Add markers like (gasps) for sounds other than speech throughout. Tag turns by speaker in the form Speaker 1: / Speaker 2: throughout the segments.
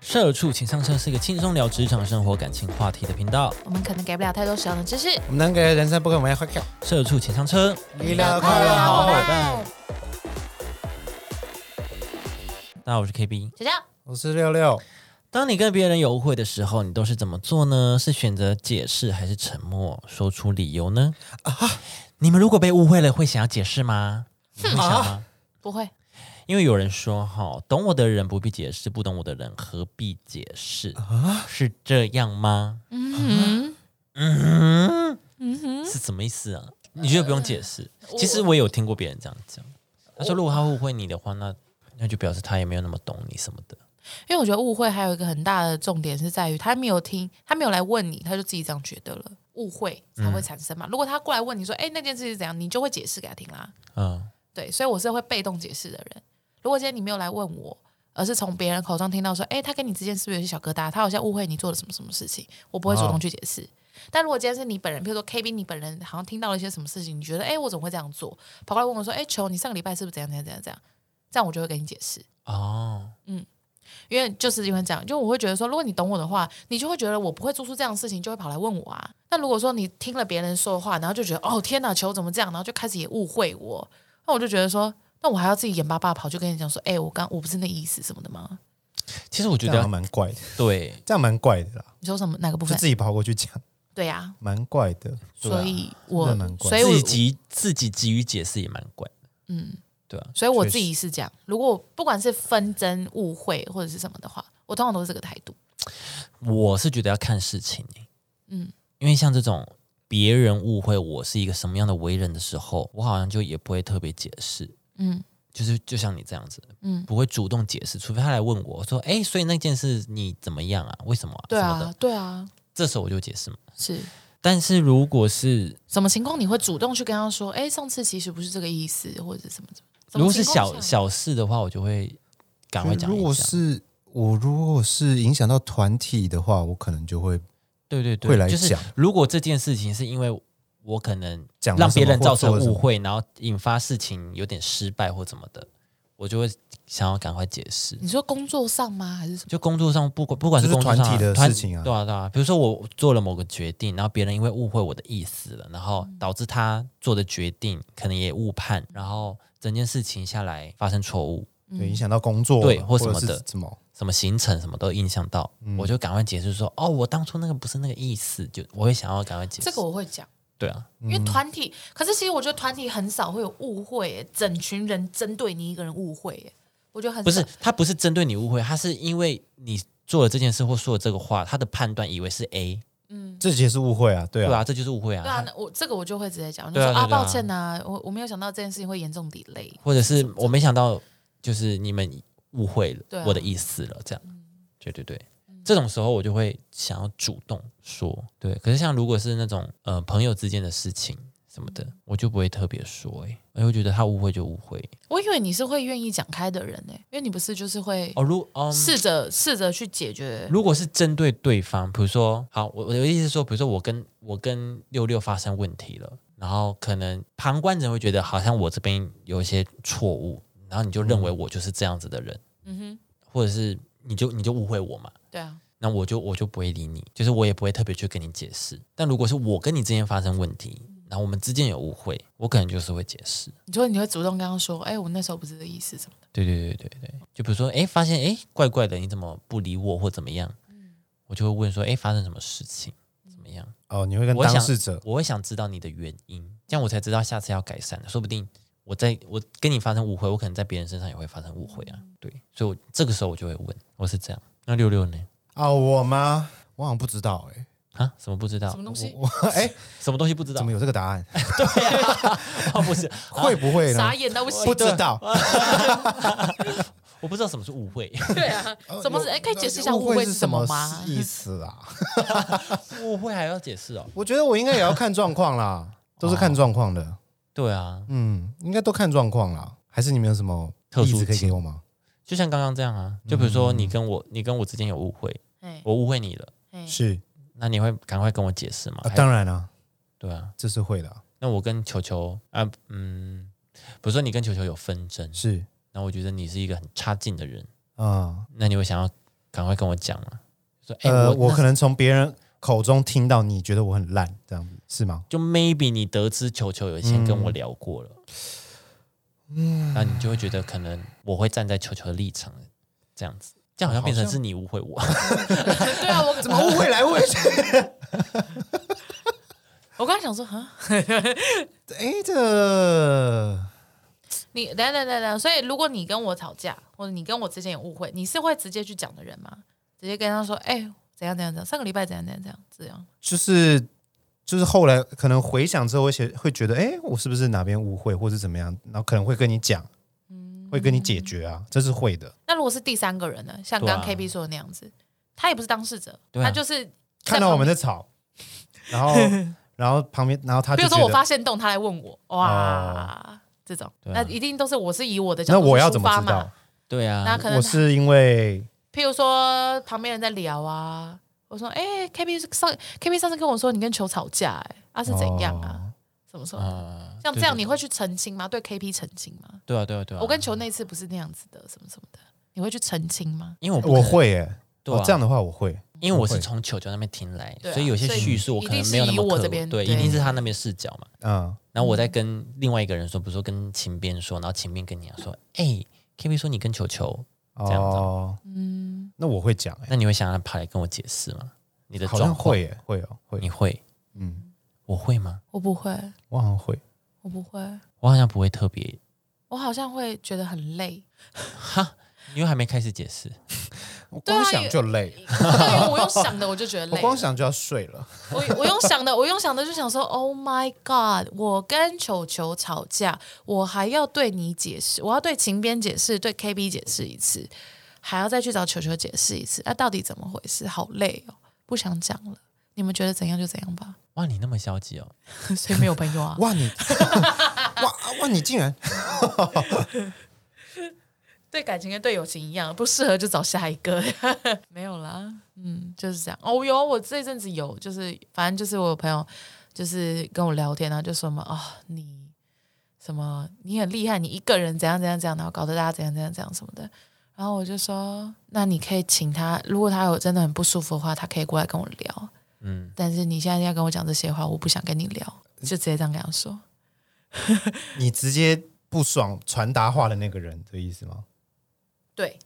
Speaker 1: 社畜请上车是一个轻松聊职场、生活、感情话题的频道。
Speaker 2: 我们可能给不了太多实用的知识。
Speaker 3: 我们能给人生不可磨灭快乐，
Speaker 1: 社畜请上车，
Speaker 3: 娱乐
Speaker 2: 快乐好伙
Speaker 1: 伴。大家好，我是 KB。
Speaker 2: 小江，
Speaker 3: 我是六六，
Speaker 1: 当你跟别人有误会的时候，你都是怎么做呢？是选择解释还是沉默，说出理由呢？你们如果被误会了，会想要解释吗？你会想吗？
Speaker 2: 不会，
Speaker 1: 因为有人说哈，懂我的人不必解释，不懂我的人何必解释？
Speaker 3: 啊
Speaker 1: 是这样吗？
Speaker 2: 嗯
Speaker 1: 嗯，
Speaker 2: 嗯呃
Speaker 1: 是什么意思啊？你觉得不用解释？其实我有听过别人这样讲，他说如果他误会你的话，那那就表示他也没有那么懂你什么的。
Speaker 2: 因为我觉得误会还有一个很大的重点是在于他没有听，他没有来问你，他就自己这样觉得了，误会才会产生嘛。如果他过来问你说，哎、那件事是怎样，你就会解释给他听啦。
Speaker 3: 啊
Speaker 1: 嗯，
Speaker 2: 对，所以我是会被动解释的人。如果今天你没有来问我，而是从别人口中听到说，哎、他跟你之间是不是有些小疙瘩？他好像误会你做了什么什么事情，我不会主动去解释。但如果今天是你本人，譬如说 KB，你本人好像听到了一些什么事情，你觉得，哎、我怎么会这样做？跑过来问我说，哎、球，你上个礼拜是不是怎样怎样怎样怎样？这样我就会跟你解释，
Speaker 1: 哦，
Speaker 2: 因为就是因为这样，就我会觉得说，如果你懂我的话，你就会觉得我不会做出这样的事情，就会跑来问我啊。那如果说你听了别人说的话，然后就觉得，哦，天哪，球怎么这样？然后就开始也误会我，那我就觉得说，那我还要自己眼巴巴地跑去跟你讲说，哎、我刚我不是那意思什么的吗？
Speaker 1: 其实我觉
Speaker 3: 这
Speaker 1: 得
Speaker 3: 样
Speaker 1: 要
Speaker 3: 蛮怪的，
Speaker 1: 对，
Speaker 3: 这样蛮怪的啦，
Speaker 2: 你说什么哪个部
Speaker 3: 就
Speaker 2: 分
Speaker 3: 自？己跑过去讲，
Speaker 2: 对呀、
Speaker 3: 蛮怪的。
Speaker 1: 对啊
Speaker 2: 所以我、
Speaker 3: 那蛮怪
Speaker 2: 所以
Speaker 1: 自
Speaker 2: 哎我
Speaker 1: 己急自己急于解释也蛮怪的。
Speaker 2: 嗯，
Speaker 1: 对啊，
Speaker 2: 所以我自己是这样。如果不管是纷争、误会或者是什么的话，我通常都是这个态度。
Speaker 1: 我是觉得要看事情、欸，
Speaker 2: 嗯，
Speaker 1: 因为像这种别人误会我是一个什么样的为人的时候，我好像就也不会特别解释，
Speaker 2: 嗯
Speaker 1: 就是就像你这样子，
Speaker 2: 嗯，
Speaker 1: 不会主动解释，除非他来问我说，哎、所以那件事你怎么样啊？为什么、啊？
Speaker 2: 对
Speaker 1: 什么
Speaker 2: 啊
Speaker 1: 的，，
Speaker 2: 对啊，
Speaker 1: 这时候我就解释嘛。
Speaker 2: 是
Speaker 1: 但是如果是
Speaker 2: 什么情况你会主动去跟他说，哎，上次其实不是这个意思，或者什么什么？什
Speaker 1: 如
Speaker 2: 么
Speaker 1: 果是
Speaker 2: 情况
Speaker 1: 小
Speaker 2: 下
Speaker 1: 小事的话，我就会赶快讲
Speaker 3: 如
Speaker 1: 一
Speaker 3: 果
Speaker 1: 下。
Speaker 3: 是我，如果是影响到团体的话，我可能就会
Speaker 1: 对对对，
Speaker 3: 会来
Speaker 1: 就是
Speaker 3: 讲
Speaker 1: 如果这件事情是因为我可能
Speaker 3: 讲了
Speaker 1: 让
Speaker 3: 什
Speaker 1: 别
Speaker 3: 么
Speaker 1: 人
Speaker 3: 或
Speaker 1: 造成
Speaker 3: 做了什
Speaker 1: 误
Speaker 3: 么
Speaker 1: 会，然后引发事情有点失败或怎么的，我就会想要赶快解释。
Speaker 2: 你说工作上吗？还是什么？
Speaker 1: 就工作上，不管不管是
Speaker 3: 就是
Speaker 1: 工作上
Speaker 3: 团体的
Speaker 1: 团
Speaker 3: 事情啊
Speaker 1: 对啊对啊。比如说我做了某个决定，然后别人因为误会我的意思了，然后导致他做的决定可能也误判，然后整件事情下来发生错误，
Speaker 3: 对影响到工作，啊
Speaker 1: 对或
Speaker 3: 或
Speaker 1: 什么
Speaker 3: 者是
Speaker 1: 的
Speaker 3: 什么
Speaker 1: 什么行程什么都影响到，
Speaker 3: 嗯
Speaker 1: 我就赶快解释说，哦，我当初那个不是那个意思，就我会想要赶快解释。
Speaker 2: 这个我会讲，
Speaker 1: 对啊，
Speaker 2: 因为团体，可是其实我觉得团体很少会有误会耶，整群人针对你一个人误会耶，我觉得很少
Speaker 1: 不是他不是针对你误会，他是因为你做了这件事或说了这个话，他的判断以为是 A，
Speaker 3: 这些是误会啊，对
Speaker 1: 对
Speaker 3: 啊，
Speaker 1: 啊，这就是误会
Speaker 2: 对啊，
Speaker 1: 啊。
Speaker 2: 那我这个我就会直接讲，我就
Speaker 1: 对啊
Speaker 2: 说啊
Speaker 1: 对啊
Speaker 2: 抱歉呐、我我没有想到这件事情会严重 delay。
Speaker 1: 或者是我没想到，就是你们误会
Speaker 2: 对
Speaker 1: 了
Speaker 2: 啊嗯
Speaker 1: 我的意思了，这样，对对对。这种时候我就会想要主动说，对。可是像如果是那种呃朋友之间的事情什么的，
Speaker 2: 嗯
Speaker 1: 我就不会特别说、欸，我会觉得他误会就误会。
Speaker 2: 我以为你是会愿意讲开的人呢、因为你不是就是会
Speaker 1: 哦，如嗯，
Speaker 2: 试着试着去解决。
Speaker 1: 如果是针对对方，比如说，好，我我的意思是说，比如说我跟我跟六六发生问题了，然后可能旁观者会觉得好像我这边有一些错误，然后你就认为我就是这样子的人，
Speaker 2: 嗯哼，
Speaker 1: 或者是你就你就误会我嘛，
Speaker 2: 对啊，
Speaker 1: 那我就我就不会理你，就是我也不会特别去跟你解释。但如果是我跟你之间发生问题，然后我们之间有误会，我可能就是会解释。
Speaker 2: 你说你会主动跟他说，哎、我那时候不是这个意思什么的。
Speaker 1: 对对对对对，就比如说，哎，发现哎怪怪的，你怎么不理我或怎么样？我就会问说，哎，发生什么事情？怎么样？
Speaker 3: 哦，你会跟
Speaker 1: 我想
Speaker 3: 当事者
Speaker 1: 我会想知道你的原因，这样我才知道下次要改善。说不定我在我跟你发生误会，我可能在别人身上也会发生误会啊。对，所以我这个时候我就会问，我是这样。那六六呢？
Speaker 3: 啊，我吗？我好像不知道哎，
Speaker 1: 啊，什么不知道？
Speaker 2: 什么东西
Speaker 1: (laughs)
Speaker 3: 我哎，
Speaker 1: 什么东西不知道
Speaker 3: 怎么？有这个答案？
Speaker 1: (laughs) 哦，不是，
Speaker 3: 会不会呢
Speaker 2: 傻？眼到不行
Speaker 3: 啊不，知道，
Speaker 1: 我不知道什么是误会。
Speaker 2: 对啊，怎么是？哎、可以解释一下误
Speaker 3: 会
Speaker 2: 是
Speaker 3: 什
Speaker 2: 么吗？ (laughs)
Speaker 3: 意思啊？
Speaker 1: (laughs) 误会还要解释哦？
Speaker 3: 我觉得我应该也要看状况啦，都是看状况的。
Speaker 1: (laughs) 对啊，
Speaker 3: 嗯，应该都看状况啦。还是你们有什么
Speaker 1: 特殊
Speaker 3: 例子可以
Speaker 1: 情
Speaker 3: 给我吗？
Speaker 1: 就像刚刚这样啊，就比如说你跟我，你跟我之间有误会，
Speaker 2: 哎
Speaker 1: 我误会你了，
Speaker 2: 哎，
Speaker 3: 是
Speaker 1: 那你会赶快跟我解释吗？
Speaker 3: 啊，
Speaker 1: 还
Speaker 3: 当然啦、
Speaker 1: 对啊。
Speaker 3: 这是会的啊、
Speaker 1: 那我跟球球啊，嗯，比如说你跟球球有纷争，
Speaker 3: 是
Speaker 1: 然后我觉得你是一个很差劲的人，
Speaker 3: 啊、
Speaker 1: 那你会想要赶快跟我讲嘛。说哎、
Speaker 3: 呃，
Speaker 1: 我
Speaker 3: 我
Speaker 1: 那
Speaker 3: 可能从别人口中听到你觉得我很烂，这样子
Speaker 1: (laughs)
Speaker 3: 是吗？
Speaker 1: 就 maybe 你得知球球有以前跟我聊过了，嗯，那你就会觉得可能我会站在球球的立场这样子，这样好像变成是你误会
Speaker 3: (laughs)
Speaker 1: 我，
Speaker 2: (laughs) (laughs) 对啊，我
Speaker 3: 怎么误会来误会去？
Speaker 2: 我刚才想说啊，
Speaker 3: (laughs) 哎，这个
Speaker 2: 你等等等等，所以如果你跟我吵架，或者你跟我之间有误会，你是会直接去讲的人吗？直接跟他说，哎、怎样怎样怎样，上个礼拜怎样怎样怎样这样，
Speaker 3: 就是就是后来可能回想之后会觉，会会觉得，哎，我是不是哪边误会，或是怎么样？然后可能会跟你讲，
Speaker 1: 嗯
Speaker 3: 会跟你解决啊，这是会的。
Speaker 2: 那如果是第三个人呢？像刚刚
Speaker 1: 对啊
Speaker 2: KB 说的那样子，他也不是当事者，
Speaker 1: 对啊
Speaker 2: 他就是在
Speaker 3: 看到我们
Speaker 2: 旁
Speaker 3: 在吵，然后
Speaker 2: (laughs)
Speaker 3: 然后旁边，然后他
Speaker 2: 边，比
Speaker 3: 就
Speaker 2: 如
Speaker 3: 觉
Speaker 2: 说我
Speaker 3: 得，哦
Speaker 2: 发现动，他来问我，哇，这种，
Speaker 1: 对
Speaker 2: 那
Speaker 1: 啊
Speaker 2: 一定都是我是以我的角
Speaker 3: 那
Speaker 2: 度
Speaker 3: 我要
Speaker 2: 出
Speaker 3: 怎么
Speaker 2: 发
Speaker 3: 知道
Speaker 2: 嘛？？
Speaker 1: 对
Speaker 2: 那
Speaker 1: 啊，
Speaker 2: 可能
Speaker 3: 我
Speaker 2: 他
Speaker 3: 是因为
Speaker 2: 譬如说旁边人在聊啊，我说，哎、k b 上 KB 上次跟我说你跟球吵架、哎，啊是怎样啊？
Speaker 3: 哦
Speaker 2: 什么什么的？
Speaker 1: 啊，
Speaker 2: 像
Speaker 1: 对
Speaker 2: 这样
Speaker 1: 对
Speaker 2: 你会去澄清吗？对 KP 澄清吗？
Speaker 1: 对啊对啊对啊，
Speaker 2: 我跟球那次不是那样子的，什么什么的，你会去澄清吗？
Speaker 1: 因为我不
Speaker 3: 哦我
Speaker 1: 可能
Speaker 3: 会耶，
Speaker 1: 对啊
Speaker 3: 哦这样的话我会，
Speaker 1: 因为我是
Speaker 3: 会
Speaker 1: 从球球那边听来，
Speaker 2: 对啊
Speaker 1: 所以有些
Speaker 2: 所以
Speaker 1: 叙述我
Speaker 2: 一
Speaker 1: 可
Speaker 2: 定
Speaker 1: 能
Speaker 2: 是
Speaker 1: 没有那
Speaker 2: 以
Speaker 1: 么
Speaker 2: 我
Speaker 1: 刻
Speaker 2: 这
Speaker 1: 薄
Speaker 2: 边
Speaker 1: 对，一
Speaker 2: 对
Speaker 1: 定是他那边视角嘛。
Speaker 3: 嗯，
Speaker 1: 然后我再跟另外一个人说，比如说跟秦边说，然后秦边跟你讲说，哎、k B 说你跟球球，这样子啊
Speaker 3: 哦，
Speaker 2: 嗯，
Speaker 3: 那我会讲哎，
Speaker 1: 那你会想让他跑来跟我解释吗？你的
Speaker 3: 好
Speaker 1: 状
Speaker 3: 像
Speaker 1: 况
Speaker 3: 会耶，会哦，会
Speaker 1: 你，会，
Speaker 3: 嗯，
Speaker 1: 我会吗？
Speaker 2: 我不会，
Speaker 3: 我好像会，
Speaker 2: 我不会，
Speaker 1: 我好像不会特别，
Speaker 2: 我好像会觉得很累， (laughs)
Speaker 1: 因为还没开始解释。
Speaker 3: 我
Speaker 2: 对啊
Speaker 3: 光想就累，
Speaker 2: 对我用想的我就觉得
Speaker 3: 我
Speaker 2: 累了。
Speaker 3: 光想就要睡了，
Speaker 2: 我我用想的，我用想的就想说，Oh my God！我跟球球吵架，我还要对你解释，我要对秦边解释，对 KB 解释一次，还要再去找球球解释一次，那、到底怎么回事？好累哦，不想讲了。你们觉得怎样就怎样吧， (laughs)
Speaker 1: 哇，你那么消极哦，
Speaker 2: 所以没有朋友啊。
Speaker 3: 哇你， (laughs) 哇哇你竟然，
Speaker 2: 对感情跟对友情一样，不适合就找下一个。 (laughs) 没有啦，嗯，就是这样。哦，有我这一阵子有，就是反正就是我有朋友就是跟我聊天，然后就说嘛，啊、你什么你很厉害，你一个人怎样怎样怎样，然后搞得大家怎样怎样怎样什么的。然后我就说，那你可以请他，如果他有真的很不舒服的话，他可以过来跟我聊。
Speaker 1: 嗯，
Speaker 2: 但是你现在要跟我讲这些话，我不想跟你聊，就直接这样跟他说。
Speaker 3: 你直接不爽传达话的那个人的意思吗？
Speaker 2: 对，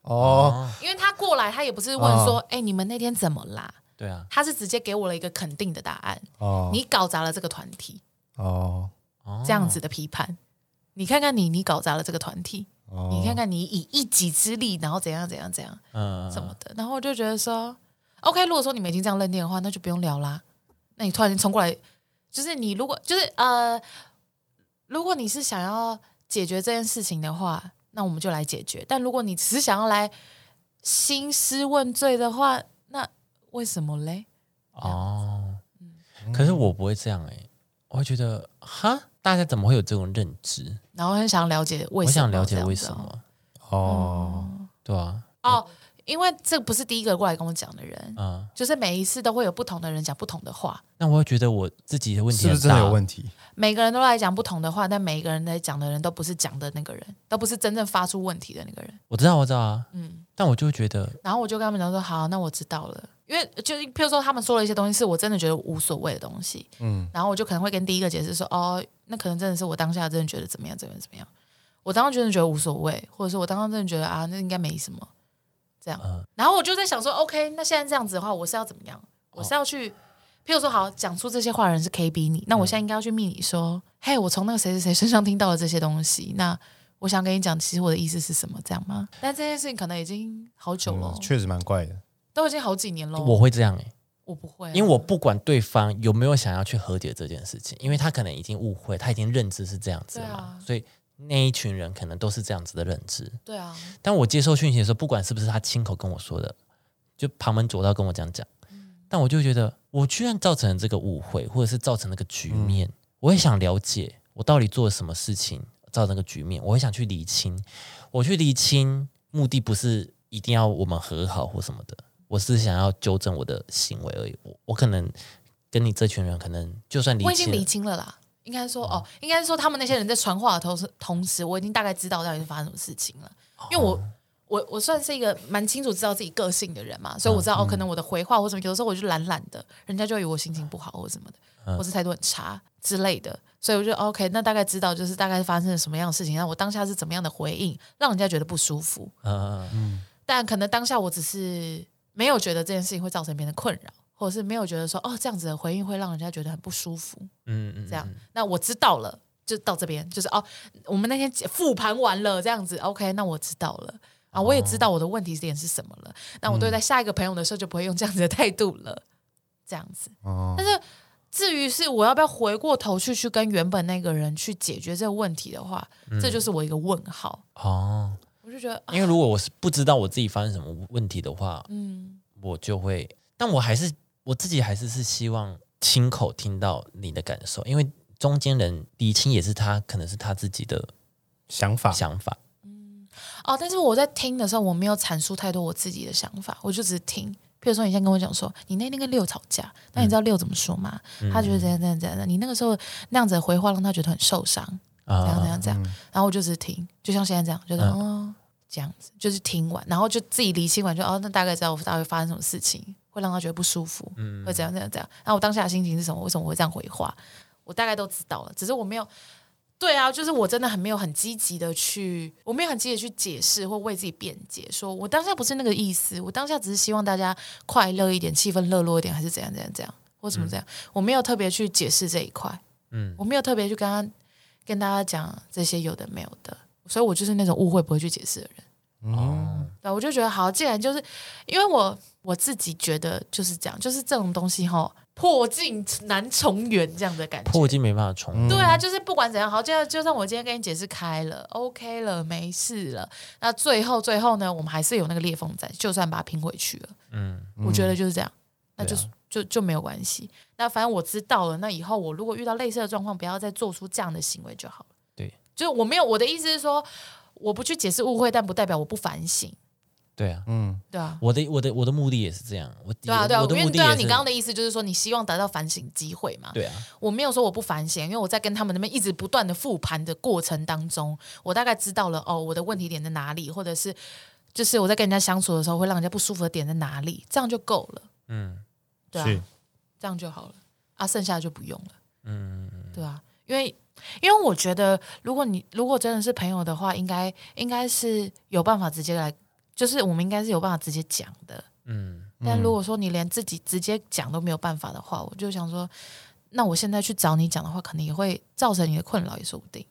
Speaker 3: 哦，
Speaker 1: 哦，
Speaker 2: 因为他过来，他也不是问说，哎、你们那天怎么啦？
Speaker 1: 对啊，
Speaker 2: 他是直接给我了一个肯定的答案，
Speaker 3: 哦，
Speaker 2: 你搞砸了这个团体，
Speaker 3: 哦，
Speaker 1: 哦，
Speaker 2: 这样子的批判。你看看你，你搞砸了这个团体，
Speaker 3: 哦
Speaker 2: 你看，看你以一己之力，然后怎样怎样怎样
Speaker 1: 嗯，
Speaker 3: 啊
Speaker 1: 嗯
Speaker 2: 什么的，然后我就觉得说，OK，如果说你们已经这样认定的话，那就不用聊啦。那你突然间冲过来，就是你如果就是呃，如果你是想要解决这件事情的话，那我们就来解决。但如果你只是想要来兴师问罪的话，那为什么嘞？
Speaker 1: 哦，可是我不会这样哎、我会觉得哈，大家怎么会有这种认知？
Speaker 2: 然后很想了解
Speaker 1: 我
Speaker 2: 为什么，
Speaker 1: 想了解为
Speaker 2: 这
Speaker 1: 什
Speaker 2: 样子哦
Speaker 1: 么，
Speaker 3: 哦，
Speaker 1: 对啊，
Speaker 2: 哦，因为这不是第一个过来跟我讲的人，
Speaker 1: 嗯，
Speaker 2: 就是每一次都会有不同的人讲不同的话，
Speaker 1: 那我会觉得我自己的问题
Speaker 3: 是不是真的有
Speaker 1: 题？
Speaker 3: 问题？
Speaker 2: 每个人都来讲不同的话，但每一个人在讲的人都不是讲的那个人，都不是真正发出问题的那个人。
Speaker 1: 我知道，我知道啊，
Speaker 2: 嗯
Speaker 1: 但我就会觉得
Speaker 2: 然后我就跟他们讲说，好，那我知道了。因为就是，譬如说，他们说了一些东西是我真的觉得无所谓的东西，
Speaker 3: 嗯，
Speaker 2: 然后我就可能会跟第一个解释说，哦，那可能真的是我当下真的觉得怎么样，怎么样，怎么样。我当时真的觉得无所谓，或者说我当时真的觉得啊，那应该没什么，这样。
Speaker 1: 嗯
Speaker 2: 然后我就在想说，OK，那现在这样子的话，我是要怎么样？我是要去，譬如说，好，讲出这些话的人是 KB 你，
Speaker 1: 嗯
Speaker 2: 那我现在应该要去密你说，嘿，我从那个谁谁谁身上听到了这些东西，那我想跟你讲，其实我的意思是什么，这样吗？但这件事情可能已经好久了
Speaker 3: 嗯，确实蛮怪的。
Speaker 2: 都已经好几年了。
Speaker 1: 我会这样哎、
Speaker 2: 我不会啊、
Speaker 1: 因为我不管对方有没有想要去和解这件事情，因为他可能已经误会，他已经认知是这样子了嘛，
Speaker 2: 对啊
Speaker 1: 所以那一群人可能都是这样子的认知。
Speaker 2: 对啊，
Speaker 1: 但我接受讯息的时候，不管是不是他亲口跟我说的，就旁门左道跟我这样讲，
Speaker 2: 嗯
Speaker 1: 但我就觉得我居然造成了这个误会，或者是造成那个局面，
Speaker 2: 嗯
Speaker 1: 我也想了解我到底做了什么事情造成那个局面，我也想去厘清。我去厘清目的不是一定要我们和好或什么的，我是想要纠正我的行为而已。我我可能跟你这群人可能就算理
Speaker 2: 我已
Speaker 1: 清
Speaker 2: 经
Speaker 1: 了
Speaker 2: 理清了啦。应该说哦，应
Speaker 1: 哦
Speaker 2: 该说他们那些人在传话的同时，同时我已经大概知道到底是发生什么事情了，因为我。我我算是一个蛮清楚知道自己个性的人
Speaker 1: 嗯
Speaker 2: 嘛，所以我知道、哦，可能我的回话或什么，有的时候我就懒懒的，人家就以为我心情不好或什么的，或是态度很差之类的，所以我就哦 OK，那大概知道就是大概发生了什么样的事情，让我当下是怎么样的回应，让人家觉得不舒服。
Speaker 1: 嗯嗯
Speaker 2: 但可能当下我只是没有觉得这件事情会造成别人的困扰，或者是没有觉得说哦这样子的回应会让人家觉得很不舒服。
Speaker 1: 嗯嗯，
Speaker 2: 这样。那我知道了，就到这边，就是哦，我们那天复盘完了，这样子，OK，那我知道了。啊，我也知道我的问题点是什么了。那我对待下一个朋友的时候就不会用这样子的态度了，这样子。
Speaker 3: 哦
Speaker 2: 但，是至于是我要不要回过头去去跟原本那个人去解决这个问题的话，这就是我一个问号。
Speaker 1: 哦，
Speaker 2: 我就觉得，啊
Speaker 1: 因为如果我是不知道我自己发生什么问题的话，
Speaker 2: 嗯，
Speaker 1: 我就会，但我还是我自己还是是希望亲口听到你的感受，因为中间人理清也是他，可能是他自己的
Speaker 3: 想法
Speaker 1: 想法。
Speaker 2: 哦，但是我在听的时候，我没有阐述太多我自己的想法，我就只是听。譬如说，你现在跟我讲说，你那天跟六吵架，那你知道六怎么说吗？他觉得怎样怎样怎样，你那个时候那样子的回话让他觉得很受伤，
Speaker 1: 啊
Speaker 2: 怎样怎样怎样。然后我就只是听，就像现在这样，就是、哦这样子，就是听完，然后就自己理清完，就哦，那大概知道我大概会发生什么事情，会让他觉得不舒服，会怎样怎样怎样。然后我当下的心情是什么？为什么我会这样回话？我大概都知道了，只是我没有对啊，就是我真的很没有很积极的去，我没有很积极的去解释或为自己辩解，说我当下不是那个意思，我当下只是希望大家快乐一点，气氛热络一点，还是怎样怎样怎样，或什么怎样，我没有特别去解释这一块，
Speaker 1: 嗯
Speaker 2: 嗯，我没有特别去跟他跟大家讲这些有的没有的，所以我就是那种误会不会去解释的人。
Speaker 3: 嗯
Speaker 1: 哦，
Speaker 2: 对，我就觉得好，既然就是因为我我自己觉得就是这样，就是这种东西哈，破镜难重圆这样的感觉，
Speaker 1: 破镜没办法重圆。
Speaker 2: 对啊，就是不管怎样，好，就就算我今天跟你解释开了，OK 了，没事了，那最后最后呢，我们还是有那个裂缝在，就算把它拼回去了，
Speaker 1: 嗯，
Speaker 2: 我觉得就是这样，那
Speaker 3: 对
Speaker 2: 就
Speaker 3: 啊
Speaker 2: 是、就就没有关系。那反正我知道了，那以后我如果遇到类似的状况，不要再做出这样的行为就好了。
Speaker 1: 对，
Speaker 2: 就是我没有我的意思是说，我不去解释误会，但不代表我不反省，
Speaker 1: 对啊，
Speaker 3: 嗯，
Speaker 2: 对啊。
Speaker 1: 我的我的我的目的也是这样，我
Speaker 2: 对啊，对啊，
Speaker 1: 我
Speaker 2: 因
Speaker 1: 的目
Speaker 2: 为
Speaker 1: 的
Speaker 2: 对啊，
Speaker 1: 也是
Speaker 2: 你刚刚的意思就是说，你希望得到反省机会嘛？
Speaker 1: 对啊，
Speaker 2: 我没有说我不反省，因为我在跟他们那边一直不断的复盘的过程当中，我大概知道了哦，我的问题点在哪里，或者是就是我在跟人家相处的时候会让人家不舒服的点在哪里，这样就够了，
Speaker 1: 嗯
Speaker 2: 对啊，
Speaker 3: 是
Speaker 2: 这样就好了啊，剩下的就不用了，嗯，对啊，因为因为我觉得，如果你如果真的是朋友的话，应该应该是有办法直接来，就是我们应该是有办法直接讲的，
Speaker 1: 嗯
Speaker 2: 但如果说你连自己直接讲都没有办法的话，我就想说，那我现在去找你讲的话，可能也会造成你的困扰，也说不定。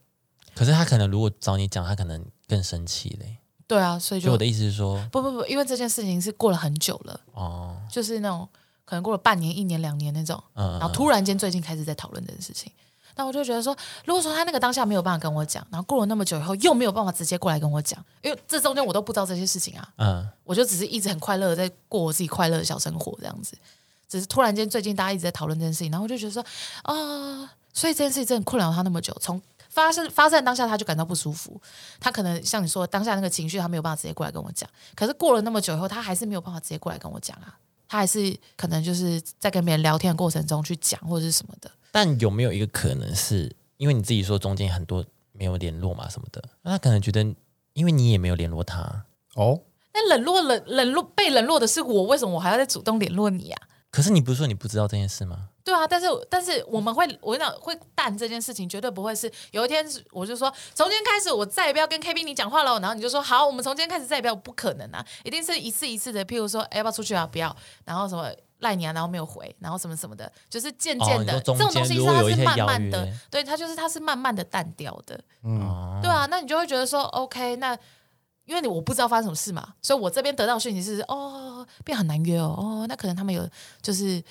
Speaker 1: 可是他可能如果找你讲，他可能更生气嘞。
Speaker 2: 对啊，所以
Speaker 1: 就
Speaker 2: 就
Speaker 1: 我的意思是说，
Speaker 2: 不不不，因为这件事情是过了很久了，
Speaker 1: 哦，
Speaker 2: 就是那种可能过了半年、一年、两年那种，
Speaker 1: 嗯
Speaker 2: 然后突然间最近开始在讨论这件事情。那我就觉得说，如果说他那个当下没有办法跟我讲，然后过了那么久以后又没有办法直接过来跟我讲，因为这中间我都不知道这些事情啊，
Speaker 1: 嗯
Speaker 2: 我就只是一直很快乐的在过我自己快乐的小生活这样子。只是突然间最近大家一直在讨论这件事情，然后我就觉得说啊、所以这件事情真的困扰他那么久，从发生发生的当下他就感到不舒服，他可能像你说的当下那个情绪他没有办法直接过来跟我讲，可是过了那么久以后他还是没有办法直接过来跟我讲啊，他还是可能就是在跟别人聊天的过程中去讲或者是什么的，
Speaker 1: 但有没有一个可能是，因为你自己说中间很多没有联络嘛什么的，那他可能觉得，因为你也没有联络他，
Speaker 3: 哦，
Speaker 2: 那冷落冷冷落被冷落的是我，为什么我还要再主动联络你啊？
Speaker 1: 可是你不是说你不知道这件事吗？
Speaker 2: 对啊，但是但是我们会，我跟你讲，会淡这件事情，绝对不会是有一天我就说从今天开始我再也不要跟 KB 你讲话了，然后你就说好，我们从今天开始再也不要，不可能啊，一定是一次一次的，譬如说哎要不要出去啊，不要，然后什么赖你啊，然后没有回，然后什么什么的，就是渐渐的、
Speaker 1: 哦你
Speaker 2: 这
Speaker 1: 说中间
Speaker 2: 种东西是
Speaker 1: 如果
Speaker 2: 它
Speaker 1: 有
Speaker 2: 是
Speaker 1: 一些
Speaker 2: 慢
Speaker 1: 邀
Speaker 2: 慢
Speaker 1: 约
Speaker 2: 的，对，它就是它是慢慢的淡掉的，
Speaker 1: 哦，
Speaker 2: 对啊，那你就会觉得说 OK，那因为你我不知道发生什么事嘛，所以我这边得到的讯息是哦，变很难约哦，哦，那可能他们有就是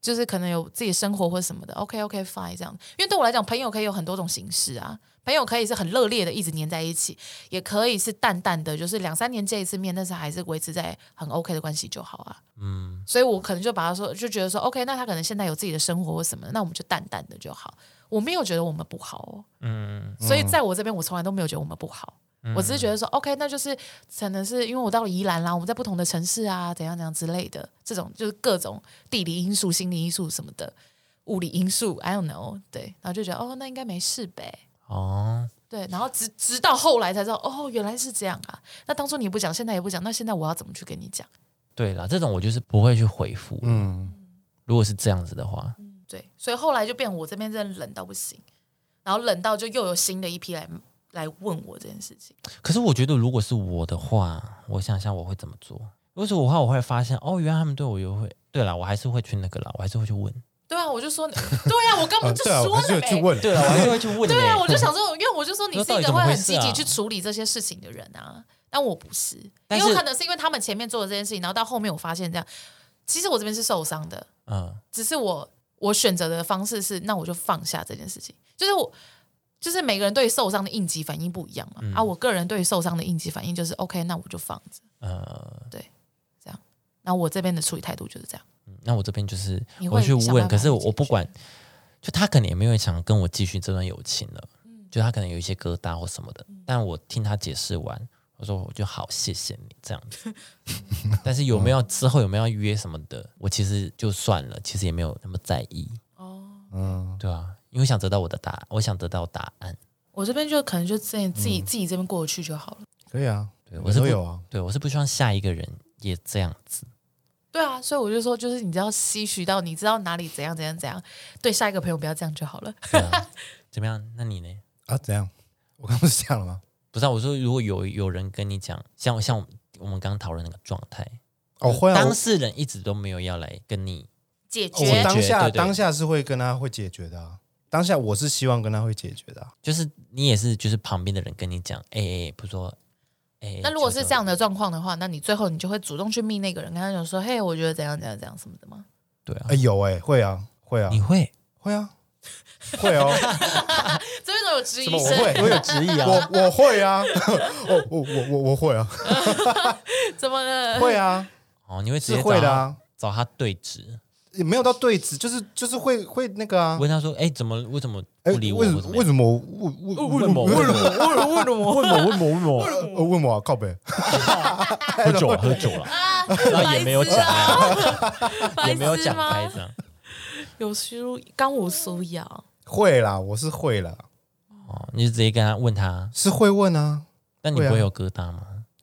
Speaker 2: 就是可能有自己的生活或什么的，OK OK fine 这样。因为对我来讲，朋友可以有很多种形式啊，朋友可以是很热烈的一直黏在一起，也可以是淡淡的，就是两三年见一次面，但是还是维持在很 OK 的关系就好啊。
Speaker 1: 嗯，
Speaker 2: 所以我可能就把他说，就觉得说 OK，那他可能现在有自己的生活或什么的，那我们就淡淡的就好。我没有觉得我们不好哦，
Speaker 1: 嗯，
Speaker 2: 所以在我这边，我从来都没有觉得我们不好，我只是觉得说，OK，那就是可能是因为我到了宜兰啦，我们在不同的城市啊，怎样怎样之类的，这种就是各种地理因素、心理因素什么的，物理因素，I don't know，对，然后就觉得哦，那应该没事呗，
Speaker 1: 哦，
Speaker 2: 对，然后直直到后来才知道，哦，原来是这样啊。那当初你不讲，现在也不讲，那现在我要怎么去跟你讲？
Speaker 1: 对啦，这种我就是不会去回复。
Speaker 3: 嗯，
Speaker 1: 如果是这样子的话，
Speaker 2: 对，所以后来就变我这边真的冷到不行，然后冷到就又有新的一批来来问我这件事情。
Speaker 1: 可是我觉得如果是我的话，我想想我会怎么做。如果是我的话，我会发现哦，原来他们对我有会。对啦，我还是会去那个啦，我还是会去问。
Speaker 2: 对啊，我就说，对啊，我刚
Speaker 3: 啊
Speaker 2: 刚就
Speaker 3: 对啊，我
Speaker 2: 说
Speaker 3: 还是
Speaker 2: 了
Speaker 3: 有去
Speaker 2: 没。
Speaker 3: 问，
Speaker 1: 哦对了，我还是会去问、
Speaker 2: 对啊，
Speaker 1: 欸
Speaker 2: 我就想说，因为我就说你是一
Speaker 1: 那到底
Speaker 2: 个
Speaker 1: 怎么
Speaker 2: 会
Speaker 1: 回
Speaker 2: 很
Speaker 1: 事
Speaker 2: 积
Speaker 1: 啊
Speaker 2: 极去处理这些事情的人啊，但我不是，
Speaker 1: 但
Speaker 2: 也有
Speaker 1: 是
Speaker 2: 可能是因为他们前面做的这件事情，然后到后面我发现这样，其实我这边是受伤的，
Speaker 1: 嗯，
Speaker 2: 只是我我选择的方式是，那我就放下这件事情。就是我，就是每个人对于受伤的应急反应不一样嘛。啊，我个人对于受伤的应急反应就是 OK，那我就放着。
Speaker 1: 呃，
Speaker 2: 然后我这边的处理态度就是这样。
Speaker 1: 那我这边就是
Speaker 2: 你会
Speaker 1: 我去
Speaker 2: 想办
Speaker 1: 问，
Speaker 2: 法
Speaker 1: 可是
Speaker 2: 去解
Speaker 1: 我不
Speaker 2: 决
Speaker 1: 管，就他可能也没有想跟我继续这段友情了，
Speaker 2: 嗯
Speaker 1: 就他可能有一些疙瘩或什么的，但我听他解释完，我说我就好谢谢你这样
Speaker 2: (laughs)
Speaker 1: 子，但是有没
Speaker 3: 嗯
Speaker 1: 有之后有没有要约什么的，我其实就算了，其实也没有那么在意，
Speaker 2: 哦，
Speaker 3: 嗯，
Speaker 1: 对啊，因为我想得到我的答案，我想得到答案，
Speaker 2: 我这边就可能就自己自己、自己这边过得去就好了。
Speaker 3: 可以啊，
Speaker 1: 对
Speaker 3: 我
Speaker 1: 我是
Speaker 3: 都
Speaker 1: 不
Speaker 3: 有啊，
Speaker 1: 对我是不希望下一个人也这样
Speaker 3: (laughs)
Speaker 1: 子，
Speaker 2: 对啊，所以我就说，就是你知道吸取到，你知道哪里怎样怎样怎样，对下一个朋友不要这样就好了。
Speaker 1: 对啊怎么样？那你呢？
Speaker 3: 啊，怎样？我刚不是这样了吗？
Speaker 1: 不是、啊，我说如果有有人跟你讲，像像我们刚讨论那个状态，
Speaker 2: 嗯
Speaker 3: 哦，会啊，
Speaker 1: 当
Speaker 3: 我
Speaker 1: 事人一直都没有要来跟你，
Speaker 2: 解
Speaker 3: 我
Speaker 2: 决
Speaker 1: 当
Speaker 3: 当
Speaker 1: 下
Speaker 3: 下
Speaker 1: 对对
Speaker 3: 当下是会跟他会解决的啊，当下我是希望跟他会解决的啊，
Speaker 1: 就是你也是就是旁边的人跟你讲，哎、哎、哎，不说，哎、哎
Speaker 2: 那如果是这，
Speaker 1: 就
Speaker 2: 样的状况的话，那你最后你就会主动去密那个人，跟他讲说：“嘿，我觉得怎样怎样怎样什么的吗
Speaker 1: 对啊
Speaker 3: 哎，，有哎，会啊，会啊
Speaker 1: 你，会
Speaker 3: 会啊，会
Speaker 2: (laughs)
Speaker 3: 哦，？”
Speaker 2: 这边都有质疑
Speaker 3: 什么我
Speaker 2: 声，
Speaker 3: 会，我有
Speaker 1: 质疑
Speaker 3: 我我会啊， (laughs) 我我我我我会啊，
Speaker 2: 怎么了？
Speaker 3: 会
Speaker 2: (laughs)
Speaker 3: 啊，
Speaker 1: 哦，你会直接
Speaker 3: 是
Speaker 1: 找
Speaker 3: 会的
Speaker 1: 他
Speaker 3: 啊，
Speaker 1: 找他对质，
Speaker 3: 也没有到对峙，就是就是会会那个啊，
Speaker 1: 问他说，哎、怎么为什么
Speaker 3: 哎
Speaker 1: 不理我？
Speaker 3: 为什
Speaker 1: 或
Speaker 3: 么
Speaker 1: 怎
Speaker 3: 为
Speaker 1: 么
Speaker 3: 什么我我我
Speaker 1: 为什么为什么
Speaker 3: 我我我
Speaker 1: 样为什么为什么为什
Speaker 3: 我问我啊靠北，
Speaker 1: 么喝酒了喝
Speaker 3: (laughs)
Speaker 1: 酒了，
Speaker 2: 啊，
Speaker 1: 然后也没有讲
Speaker 2: 白痴啊，
Speaker 1: 也没有讲
Speaker 2: 白
Speaker 1: 开
Speaker 2: 痴吗
Speaker 1: 这样，
Speaker 2: 有输刚无输呀，
Speaker 3: 会啦，我是会啦，
Speaker 1: 哦，你就直接跟他问他，
Speaker 3: 是会问啊
Speaker 1: 那你
Speaker 3: 会啊
Speaker 1: 不会有疙瘩吗？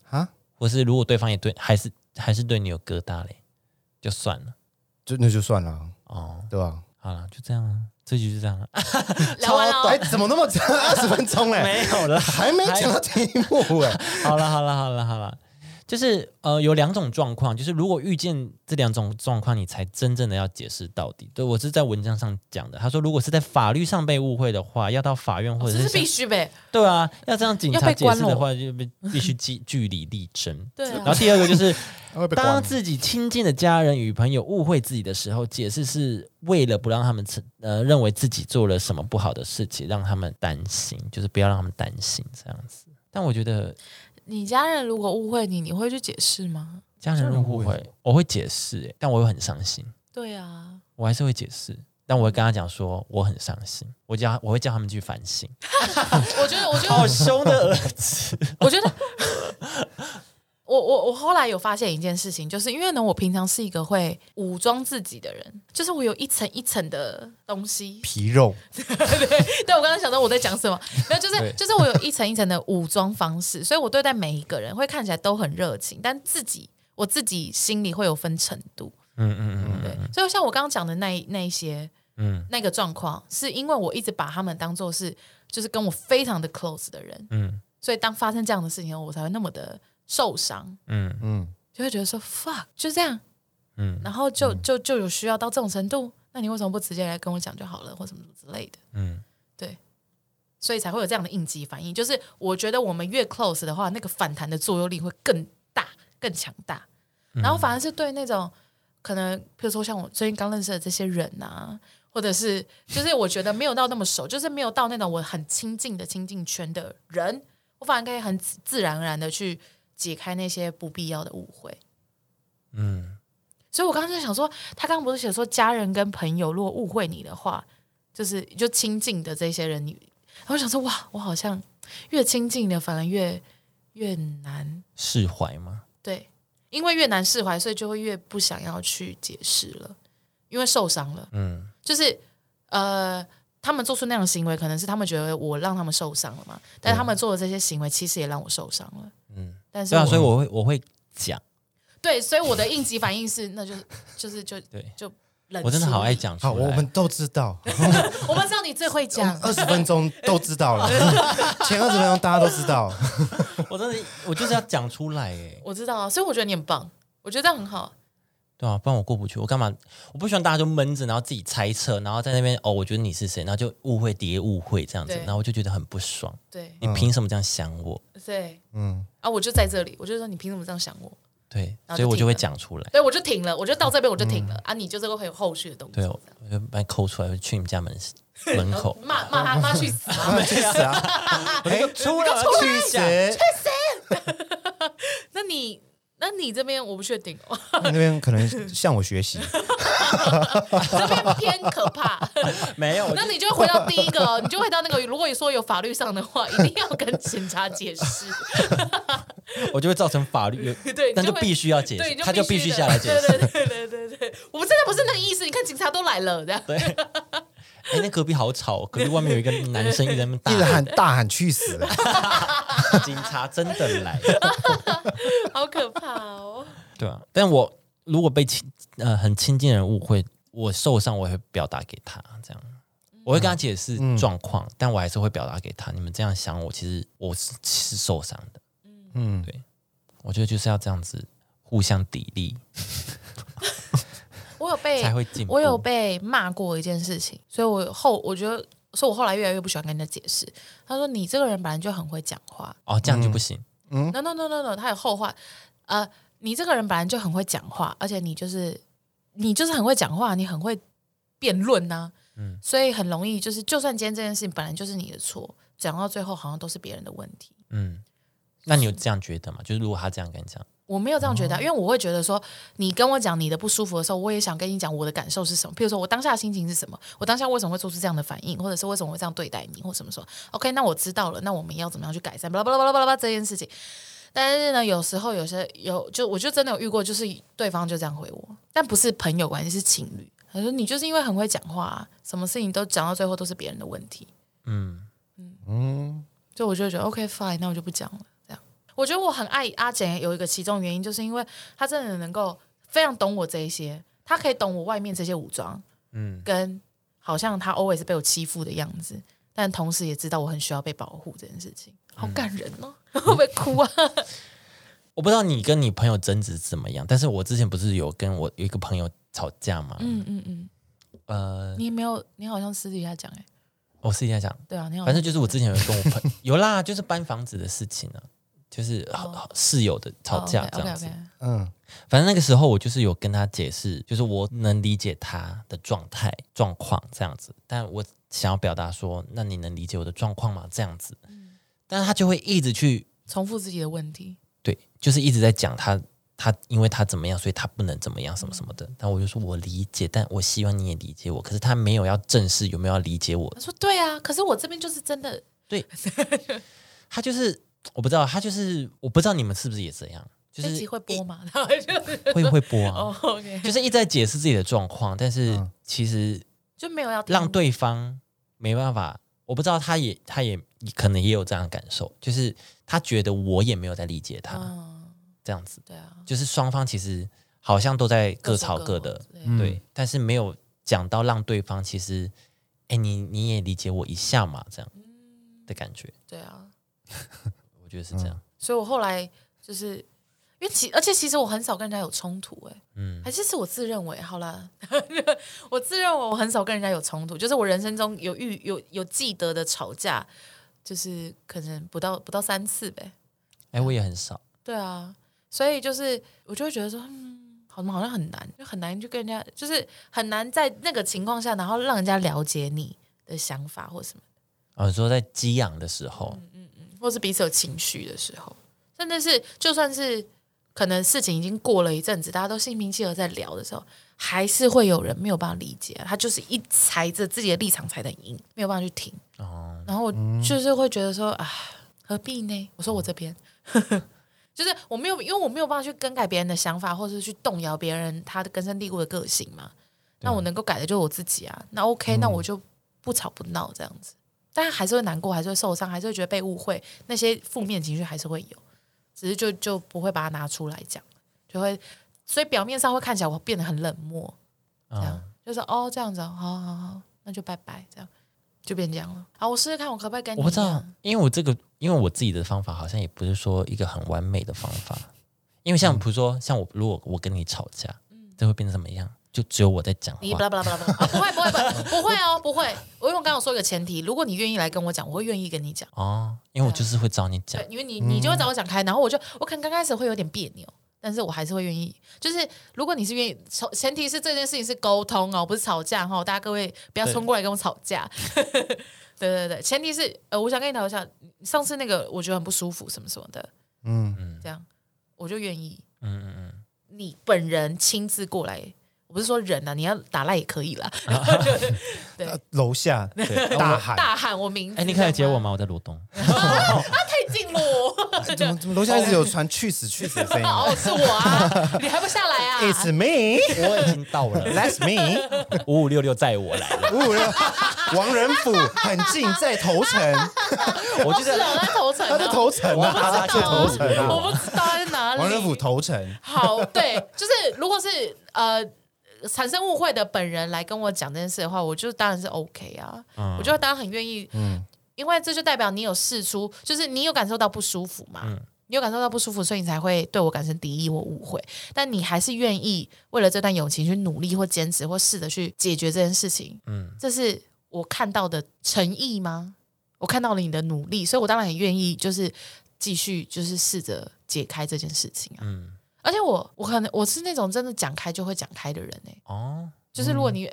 Speaker 3: 啊，
Speaker 1: 或是如果对方也对还是还是对你有疙瘩嘞，就算了
Speaker 3: 就那就算了，
Speaker 1: 哦，
Speaker 3: 对吧？
Speaker 1: 好了，就这样啊，这局就这样了，啊、
Speaker 2: 聊完了
Speaker 3: 哎，
Speaker 2: 哦，
Speaker 3: 怎么那么长？二十分钟嘞，
Speaker 1: 没有了。
Speaker 3: 还没讲到题目哎，
Speaker 1: (laughs) 好了，好了，好了，好了，就是呃，有两种状况，就是如果遇见这两种状况，你才真正的要解释到底。对我是在文章上讲的，他说如果是在法律上被误会的话，要到法院或者
Speaker 2: 哦这
Speaker 1: 是
Speaker 2: 是
Speaker 1: 像、
Speaker 2: 必须呗，
Speaker 1: 对啊，要这样警
Speaker 2: 要
Speaker 1: 察
Speaker 2: 被
Speaker 1: 解释
Speaker 2: 关
Speaker 1: 的
Speaker 2: 了
Speaker 1: 话，就被必须据据理力争。
Speaker 2: 对
Speaker 1: (laughs) 然后
Speaker 2: 啊，
Speaker 1: 第二个就是，
Speaker 3: 会被关
Speaker 1: 当自己亲近的家人与朋友误会自己的时候，解释是为了不让他们承呃认为自己做了什么不好的事情，让他们担心，就是不要让他们担心这样子。但我觉得
Speaker 2: 你家人如果误会你，你会去解释吗？
Speaker 1: 家人如果误
Speaker 3: 家人
Speaker 1: 会，我会解释、欸，但我又很伤心，
Speaker 2: 对啊，
Speaker 1: 我还是会解释，但我会跟他讲说我很伤心，我叫我会叫他们去反省。
Speaker 2: 我觉得，我
Speaker 1: (laughs)
Speaker 2: 觉
Speaker 1: 好
Speaker 2: 得，
Speaker 1: 凶的儿子，
Speaker 2: 我觉得。 (laughs) 我我我后来有发现一件事情，就是因为呢，我平常是一个会武装自己的人，就是我有一层一层的东西，
Speaker 3: 皮肉，
Speaker 2: (laughs) 对，我刚刚想到我在讲什么，没有，就
Speaker 1: 对
Speaker 2: 是就是我有一层一层的武装方式，所以我对待每一个人会看起来都很热情，但自己我自己心里会有分程度，
Speaker 1: 嗯嗯嗯
Speaker 2: 对，所以像我刚刚讲的那一那一些
Speaker 1: 嗯
Speaker 2: 那个状况，是因为我一直把他们当做是就是跟我非常的 close 的人，
Speaker 1: 嗯
Speaker 2: 所以当发生这样的事情后，我才会那么的受伤，
Speaker 1: 嗯
Speaker 3: 嗯，
Speaker 2: 就会觉得说 fuck 就这样，
Speaker 1: 嗯
Speaker 2: 然后就就就有需要到这种程度，那你为什么不直接来跟我讲就好了，或什么什么之类的？
Speaker 1: (laughs) 嗯，
Speaker 2: 所以才会有这样的应激反应。就是我觉得我们越 close 的话，那个反弹的作用力会更大、更强大。然后反而是对那种可能，比如说像我最近刚认识的这些人啊，或者是就是我觉得没有到那么熟，就是没有到那种我很亲近的亲近圈的人，我反而可以很自自然而然的去解开那些不必要的误会。
Speaker 1: 嗯
Speaker 2: 所以我刚刚就想说，他刚刚不是写说家人跟朋友如果误会你的话，就是就亲近的这些人，你，然后我想说哇，我好像越亲近的反而越越难，
Speaker 1: 释怀吗？
Speaker 2: 对，因为越难释怀，所以就会越不想要去解释了，因为受伤了，
Speaker 1: 嗯
Speaker 2: 就是呃。他们做出那样的行为，可能是他们觉得我让他们受伤了嘛，但
Speaker 1: 啊
Speaker 2: 是他们做的这些行为其实也让我受伤了。嗯，但是
Speaker 1: 对啊，所以
Speaker 2: 我
Speaker 1: 我会我会讲，
Speaker 2: 对，所以我的应急反应是，那就是就是就
Speaker 1: 对
Speaker 2: 就冷。
Speaker 1: 我真的好爱，讲出
Speaker 3: 好，
Speaker 1: 来。
Speaker 3: 我们都知道，
Speaker 2: 我们知道你最会讲，
Speaker 3: 二十分钟都知道了，前二十分钟大家都知道。
Speaker 1: (laughs) 我真的我就是要讲出来哎，
Speaker 2: 我知道啊，所以我觉得你很棒，我觉得这样很好。
Speaker 1: 对啊，不然我过不去，我干嘛？我不喜欢大家就闷着，然后自己猜测，然后在那边哦，我觉得你是谁，然后就误会叠误会这样子，
Speaker 2: 对
Speaker 1: 然后我就觉得很不爽。
Speaker 2: 对
Speaker 1: 你凭什么这样想我？
Speaker 2: 对
Speaker 3: 嗯，
Speaker 2: 啊，我就在这里，我就说你凭什么这样想我？
Speaker 1: 对，
Speaker 2: 然后就
Speaker 1: 所以我就会
Speaker 2: 停了
Speaker 1: 讲出来。
Speaker 2: 对，我就停了，我就到这边我就停了、啊，你就是会有后续的动
Speaker 1: 嗯
Speaker 2: 作。
Speaker 1: 对，我我就把你抠出来，我就去你们家门门口。
Speaker 2: 骂骂他，骂去死啊！
Speaker 3: 去死啊！哎，
Speaker 1: 出了
Speaker 3: 去
Speaker 1: 去
Speaker 3: 死！
Speaker 1: 死！
Speaker 2: 那你那你这边我不确定哦， (laughs)
Speaker 3: 那边可能向我学习，
Speaker 2: 这边偏可怕。
Speaker 1: (laughs) 没有，我就
Speaker 2: 那你就回到第一个哦，你就回到那个，如果你说有法律上的话，一定要跟警察解释。
Speaker 1: 我就会造成法律，
Speaker 2: (laughs) 对，
Speaker 1: 但
Speaker 2: 你
Speaker 1: 就
Speaker 2: 会
Speaker 1: 必须要解
Speaker 2: 对，
Speaker 1: 释，
Speaker 2: 你
Speaker 1: 他就必须
Speaker 2: 的
Speaker 1: 下来解释。
Speaker 2: 对对对对对对， (laughs) 我们真的不是那个意思。你看警察都来了，这样
Speaker 1: 对， (laughs) 哎，那隔壁好吵，隔壁外面有一个男生一直在那边
Speaker 3: 一直
Speaker 1: 大
Speaker 3: 喊大喊去死，
Speaker 1: 喊，警察真的来，
Speaker 2: 好可怕哦。
Speaker 1: (laughs) 对啊。但我如果被亲呃很亲近的人误会，我受伤，我也会表达给他，这
Speaker 2: 嗯
Speaker 1: 样我会跟他解释状况，但我还是会表达给他。你们这样想我，其实我是是受伤的。
Speaker 3: 嗯，
Speaker 1: 我觉得就是要这样子互相砥砺
Speaker 2: 我有被
Speaker 1: 才会进步。
Speaker 2: 我有被骂过一件事情，所以我后我觉得，所以我后来越来越不喜欢跟人家解释。他说你这个人本来就很会讲话、
Speaker 1: 哦，这样就不行。
Speaker 2: n o no no no no，他有后话，呃，你这个人本来就很会讲话，而且你就是你就是很会讲话，你很会辩论呐、嗯，所以很容易就是，就算今天这件事情本来就是你的错，讲到最后好像都是别人的问题。
Speaker 1: 嗯，那你有这样觉得吗？就是如果他这样跟你讲，
Speaker 2: 我没有这样觉得啊，因为我会觉得说，你跟我讲你的不舒服的时候，我也想跟你讲我的感受是什么。譬如说我当下的心情是什么，我当下为什么会做出这样的反应，或者是为什么会这样对待你，或什么说，OK，那我知道了，那我们要怎么样去改善，巴拉巴拉巴拉巴拉巴拉这件事情。但是呢，有时候有些有就我就真的有遇过，就是对方就这样回我，但不是朋友关系，是情侣。他说你就是因为很会讲话、啊，什么事情都讲到最后都是别人的问题。
Speaker 1: 嗯，
Speaker 2: 所以我就觉得 OK fine，那我就不讲了。这样，我觉得我很爱阿简，有一个其中原因就是因为她真的能够非常懂我这一些，她可以懂我外面这些武装，嗯，跟好像她 always 被我欺负的样子，但同时也知道我很需要被保护这件事情，
Speaker 1: 嗯
Speaker 2: 好感人哦， (laughs) 会不会哭啊？
Speaker 1: 我不知道你跟你朋友争执怎么样，但是我之前不是有跟我有一个朋友吵架嘛，
Speaker 2: 嗯嗯嗯，
Speaker 1: 呃，
Speaker 2: 你没有，你好像私底下讲哎、
Speaker 1: 我私底下讲，
Speaker 2: 对啊，你好像
Speaker 1: 反正就是我之前有跟我
Speaker 2: (laughs)
Speaker 1: 朋有啦，就是搬房子的事情啊，就是、
Speaker 2: 哦
Speaker 1: 室友的吵架这样子。
Speaker 2: o k o k o k
Speaker 3: 嗯，
Speaker 1: 反正那个时候我就是有跟他解释，就是我能理解他的状态状况这样子，但我想要表达说，那你能理解我的状况吗？这样子，
Speaker 2: 嗯
Speaker 1: 但是他就会一直去
Speaker 2: 重复自己的问题，
Speaker 1: 对，就是一直在讲他他因为他怎么样，所以他不能怎么样什么什么的。但我就说我理解，但我希望你也理解我。可是他没有要正视有没有要理解我，
Speaker 2: 他说对啊，可是我这边就是真的，
Speaker 1: 他就是我不知道，他就是我不知道你们是不是也这样，就
Speaker 2: 这
Speaker 1: 是
Speaker 2: 集会播吗？ (laughs) 然后就
Speaker 1: 会会播啊，
Speaker 2: 哦 OK，
Speaker 1: (laughs) 就是一直在解释自己的状况，但是
Speaker 3: 嗯
Speaker 1: 其实
Speaker 2: 就没有要听
Speaker 1: 让对方没办法。我不知道，他也，他也可能也有这样的感受，就是他觉得我也没有在理解他、
Speaker 2: 嗯，
Speaker 1: 这样子，
Speaker 2: 对啊，
Speaker 1: 就是双方其实好像都在各
Speaker 2: 各说
Speaker 1: 吵各
Speaker 2: 各
Speaker 1: 的，
Speaker 2: 话之类
Speaker 3: 嗯
Speaker 1: 对，但是没有讲到让对方其实，哎，你你也理解我一下嘛，这样
Speaker 2: 嗯
Speaker 1: 的感觉，
Speaker 2: 对啊，
Speaker 1: 我觉得是这样。
Speaker 2: 所以我后来就是因为其而且其实我很少跟人家有冲突、欸，哎，
Speaker 1: 嗯
Speaker 2: 还是是我自认为好啦， (laughs) 我自认为我很少跟人家有冲突，就是我人生中有遇有有记得的吵架，就是可能不到不到三次呗，
Speaker 1: 哎、我也很少，
Speaker 2: 对啊，所以就是我就会觉得说，嗯，好像好像很难，就很难去跟人家，就是很难在那个情况下，然后让人家了解你的想法或什么。
Speaker 1: 啊，说在激昂的时候，
Speaker 2: 或是彼此有情绪的时候，甚至是就算是可能事情已经过了一阵子，大家都心平气和在聊的时候，还是会有人没有办法理解，他就是一踩着自己的立场踩得很硬，没有办法去听。
Speaker 1: 哦，
Speaker 2: 然后我就是会觉得说啊，何必呢？我说我这边。 (laughs) 就是我没有，因为我没有办法去更改别人的想法，或是去动摇别人他的根深蒂固的个性嘛。那我能够改的就是我自己啊。那 OK，、那我就不吵不闹这样子，但还是会难过，还是会受伤，还是会觉得被误会，那些负面情绪还是会有，只是就就不会把它拿出来讲，就会，所以表面上会看起来我变得很冷漠，这样、
Speaker 1: 嗯，
Speaker 2: 就是哦这样子哦，好好好，那就拜拜，这样就变这样了。啊，我试试看我可不可以跟你
Speaker 1: 我不知
Speaker 2: 一
Speaker 1: 道
Speaker 2: 样，
Speaker 1: 因为我这个，因为我自己的方法好像也不是说一个很完美的方法，
Speaker 2: 嗯
Speaker 1: 因为像比如说，像我如果我跟你吵架，这会变成怎么样？就只有我在讲
Speaker 2: 嗯你
Speaker 1: 话
Speaker 2: 巴，拉巴拉巴拉巴拉，啊不会不会不会不会哦，不会。 (laughs) 我因为我刚刚有说一个前提，如果你愿意来跟我讲，我会愿意跟你讲。
Speaker 1: 哦，因为我就是会找你讲
Speaker 2: 对，，因为你你就会找我讲开，
Speaker 3: 嗯
Speaker 2: 然后我就我可能刚开始会有点别扭，但是我还是会愿意。就是如果你是愿意，前前提是这件事情是沟通哦，不是吵架哈、哦，大家各位不要
Speaker 1: 对
Speaker 2: 冲过来跟我吵架。 (laughs) 对对对，前提是呃，我想跟你聊一下上次那个我觉得很不舒服什么什么的，
Speaker 3: 嗯，
Speaker 2: 这样我就愿意
Speaker 1: 嗯嗯嗯，
Speaker 2: 你本人亲自过来。我不是说人呐、啊，你要打赖也可以啦，
Speaker 3: 呃楼下大喊，
Speaker 2: 大喊我名字。
Speaker 1: 哎，你可以接我
Speaker 2: 吗？
Speaker 1: 吗？我在罗东，
Speaker 2: 太近了我，
Speaker 3: 怎么怎么楼下一直有传去死去死的声
Speaker 2: (laughs)
Speaker 3: 音
Speaker 2: 哦，是我啊， (laughs) 你还不下来啊？
Speaker 3: ？It's me，That's
Speaker 1: 我已经到了
Speaker 3: me。
Speaker 1: (laughs) 五五六六载我来了，
Speaker 3: 五五六，王仁甫很近，在头城，
Speaker 1: 我就
Speaker 2: 不是
Speaker 1: 在
Speaker 2: 我在头城啊，
Speaker 3: 他在头
Speaker 1: 我不知道
Speaker 3: 城啊，他在头城
Speaker 2: 我
Speaker 3: 啊，
Speaker 2: 不知道他在哪里。
Speaker 3: 王仁甫头城，
Speaker 2: 好，对，就是如果是呃产生误会的本人来跟我讲这件事的话，我就当然是 OK 啊，我就当然很愿意，嗯，因为这就代表你有试出，就是你有感受到不舒服嘛。你有感受到不舒服，所以你才会对我产生敌意或误会，但你还是愿意为了这段友情去努力或坚持或试着去解决这件事情。嗯
Speaker 1: 嗯，
Speaker 2: 这是我看到的诚意吗？我看到了你的努力，所以我当然很愿意，就是继续就是试着解开这件事情啊。
Speaker 1: 嗯
Speaker 2: 而且我我可能我是那种真的讲开就会讲开的人哎、
Speaker 1: 哦，
Speaker 2: 就是如果你、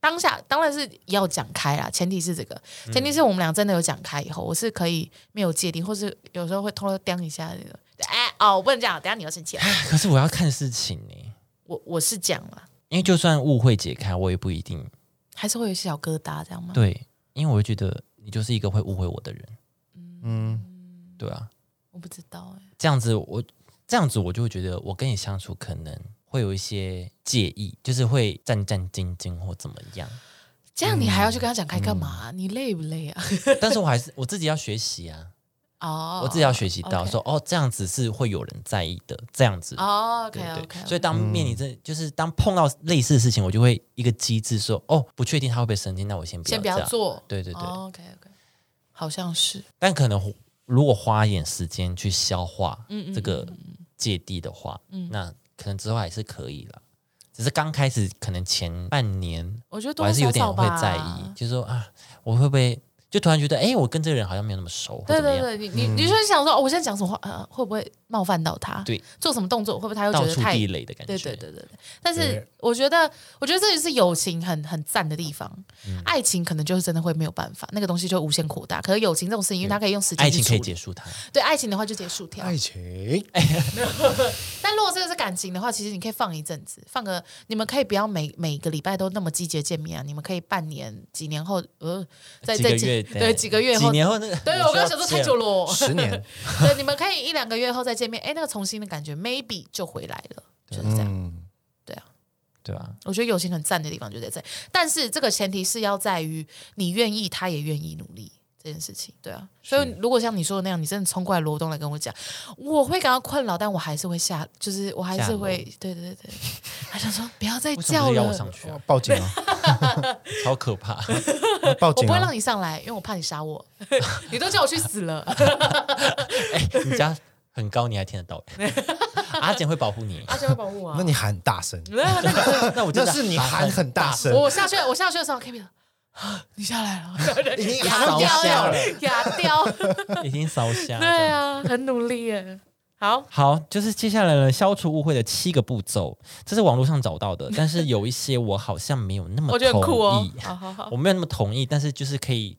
Speaker 2: 当下当然是要讲开啦，前提是这个，
Speaker 1: 嗯
Speaker 2: 前提是我们俩真的有讲开以后，我是可以没有芥蒂，或是有时候会偷偷叮一下那种，哎哦，我不能这样，等一下你要生气了。
Speaker 1: 可是我要看事情呢、
Speaker 2: 我我是讲了，
Speaker 1: 因为就算误会解开，我也不一定
Speaker 2: 还是会有一些小疙瘩这样吗？
Speaker 1: 对，因为我会觉得你就是一个会误会我的人，
Speaker 3: 嗯，
Speaker 1: 对啊，
Speaker 2: 我不知道哎、
Speaker 1: 这样子我这样子我就会觉得我跟你相处可能会有一些介意，就是会战战兢兢或怎么
Speaker 2: (laughs)
Speaker 1: 样，
Speaker 2: 这样你还要去跟他讲开干嘛、
Speaker 1: 嗯
Speaker 2: 你累不累
Speaker 1: (laughs)
Speaker 2: 啊？
Speaker 1: 但是我还是我自己要学习啊，
Speaker 2: 哦，
Speaker 1: 我自己要学习到
Speaker 2: OK
Speaker 1: 说哦，这样子是会有人在意的，这样子。
Speaker 2: 哦，OK
Speaker 1: 对对
Speaker 2: OK，
Speaker 1: 所以当面临这，就是当碰到类似的事情，我就会一个机制说，哦，不确定他会不会生气，那我先不要
Speaker 2: 先不
Speaker 1: 这
Speaker 2: 要
Speaker 1: 样。
Speaker 2: 做，哦
Speaker 1: 对对对，
Speaker 2: OK OK，好像是，
Speaker 1: 但可能如果花一点时间去消化
Speaker 2: 嗯
Speaker 1: 这个芥蒂的话，那可能之后还是可以了。只是刚开始可能前半年，
Speaker 2: 我觉得
Speaker 1: 我
Speaker 2: 多
Speaker 1: 还
Speaker 2: 多
Speaker 1: 是有
Speaker 2: 少
Speaker 1: 点
Speaker 2: 少
Speaker 1: 会
Speaker 2: 吧
Speaker 1: 在意，就是说啊，我会不会就突然觉得，哎，我跟这个人好像没有那么熟，或
Speaker 2: 对
Speaker 1: 怎么
Speaker 2: 对
Speaker 1: 样？
Speaker 2: 对，你你你就是想说，哦，我现在讲什么话，呃，会不会冒犯到他？
Speaker 1: 对，
Speaker 2: 做什么动作会不会他又觉
Speaker 1: 到
Speaker 2: 得
Speaker 1: 处
Speaker 2: 太？
Speaker 1: 地
Speaker 2: 对
Speaker 1: 雷的感觉。
Speaker 2: 对对对对。但是
Speaker 3: 对
Speaker 2: 我觉得，我觉得这就是友情很很赞的地方。
Speaker 1: 嗯
Speaker 2: 爱情可能就是真的会没有办法，那个东西就无限扩大。可是友情这种事情，因为它可以用时间
Speaker 1: 爱
Speaker 2: 去
Speaker 1: 情可以
Speaker 2: 处理
Speaker 1: 结束它。
Speaker 2: 对爱情的话就结束掉。
Speaker 3: 哎情，
Speaker 2: 但如果这个是感情的话，其实你可以放一阵子，放个你们可以不要每每个礼拜都那么积极地见面啊，你们可以半年、几年后，呃，再
Speaker 1: 几
Speaker 2: 再
Speaker 1: 个
Speaker 2: 见
Speaker 1: 月，
Speaker 2: 对几个月
Speaker 1: 几
Speaker 2: 后，
Speaker 1: 年后那个，
Speaker 2: 对我刚刚想说太久
Speaker 1: 了。
Speaker 2: 了，
Speaker 3: 十年，
Speaker 2: (laughs) 对，你们可以一两个月后再见面，哎，那个重新的感觉，maybe 就回来了，就是这样。
Speaker 3: 嗯，
Speaker 2: 对啊，
Speaker 1: 对啊，
Speaker 2: 我觉得友情很赞的地方就在这，但是这个前提是要在于你愿意，他也愿意努力这件事情。对啊，所以如果像你说的那样，你真的冲过来罗东来跟我讲，我会感到困扰，但我还是会下，就是我还
Speaker 1: 下
Speaker 2: 是
Speaker 1: 楼
Speaker 2: 会，对对 (laughs) 对，还想说不要再
Speaker 1: 为什么不
Speaker 2: 叫
Speaker 1: 是
Speaker 2: 了
Speaker 1: 要，我上去啊？
Speaker 3: 报警啊，
Speaker 1: 超可
Speaker 2: (laughs)
Speaker 1: 怕！
Speaker 3: 报
Speaker 2: 我
Speaker 3: 警
Speaker 2: 不会让
Speaker 3: 啊，
Speaker 2: 你上来，因为我怕你杀我，你都叫我去死 (laughs) 了。
Speaker 1: 哎你家很高，你还听得
Speaker 2: (laughs)
Speaker 1: 到？阿简会保护你。
Speaker 2: 阿娇会保护我、啊， (laughs)
Speaker 3: 那你喊很大声，
Speaker 2: 那你
Speaker 1: 那我就
Speaker 3: 那是你喊很大声，
Speaker 2: 我下去，我下去的时候，Kimi (gasps) 你下来了，
Speaker 3: 已经
Speaker 1: 哑掉
Speaker 3: 喊到
Speaker 2: 掉
Speaker 1: (laughs) 烧瞎
Speaker 3: 家
Speaker 1: 了，
Speaker 2: 哑掉，
Speaker 1: (laughs)
Speaker 2: (laughs)
Speaker 1: 已经烧瞎。
Speaker 2: 对啊， (laughs) 很努力耶。好，
Speaker 1: 好，就是接下来呢，消除误会的七个步骤，这是网络上找到的，但是有一些我好像没有那么
Speaker 2: 我觉得很酷
Speaker 1: 同
Speaker 2: 哦
Speaker 1: 意。，
Speaker 2: 好好好
Speaker 1: 我，没有那么同意，但是就是可以，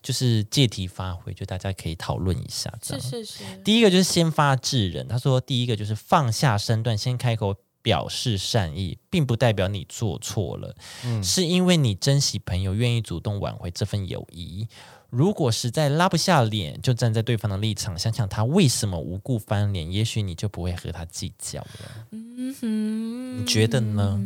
Speaker 1: 就是借题发挥，就大家可以讨论一下。这
Speaker 2: 是
Speaker 1: 样。
Speaker 2: 是是，
Speaker 1: 第一个就是先发制人，他说第一个就是放下身段，先开口表示善意，并不代表你做错了，是因为你珍惜朋友，愿意主动挽回这份友谊。如果实在拉不下脸，就站在对方的立场，想想他为什么无故翻脸，也许你就不会和他计较了。
Speaker 2: 嗯，
Speaker 1: 你觉得呢？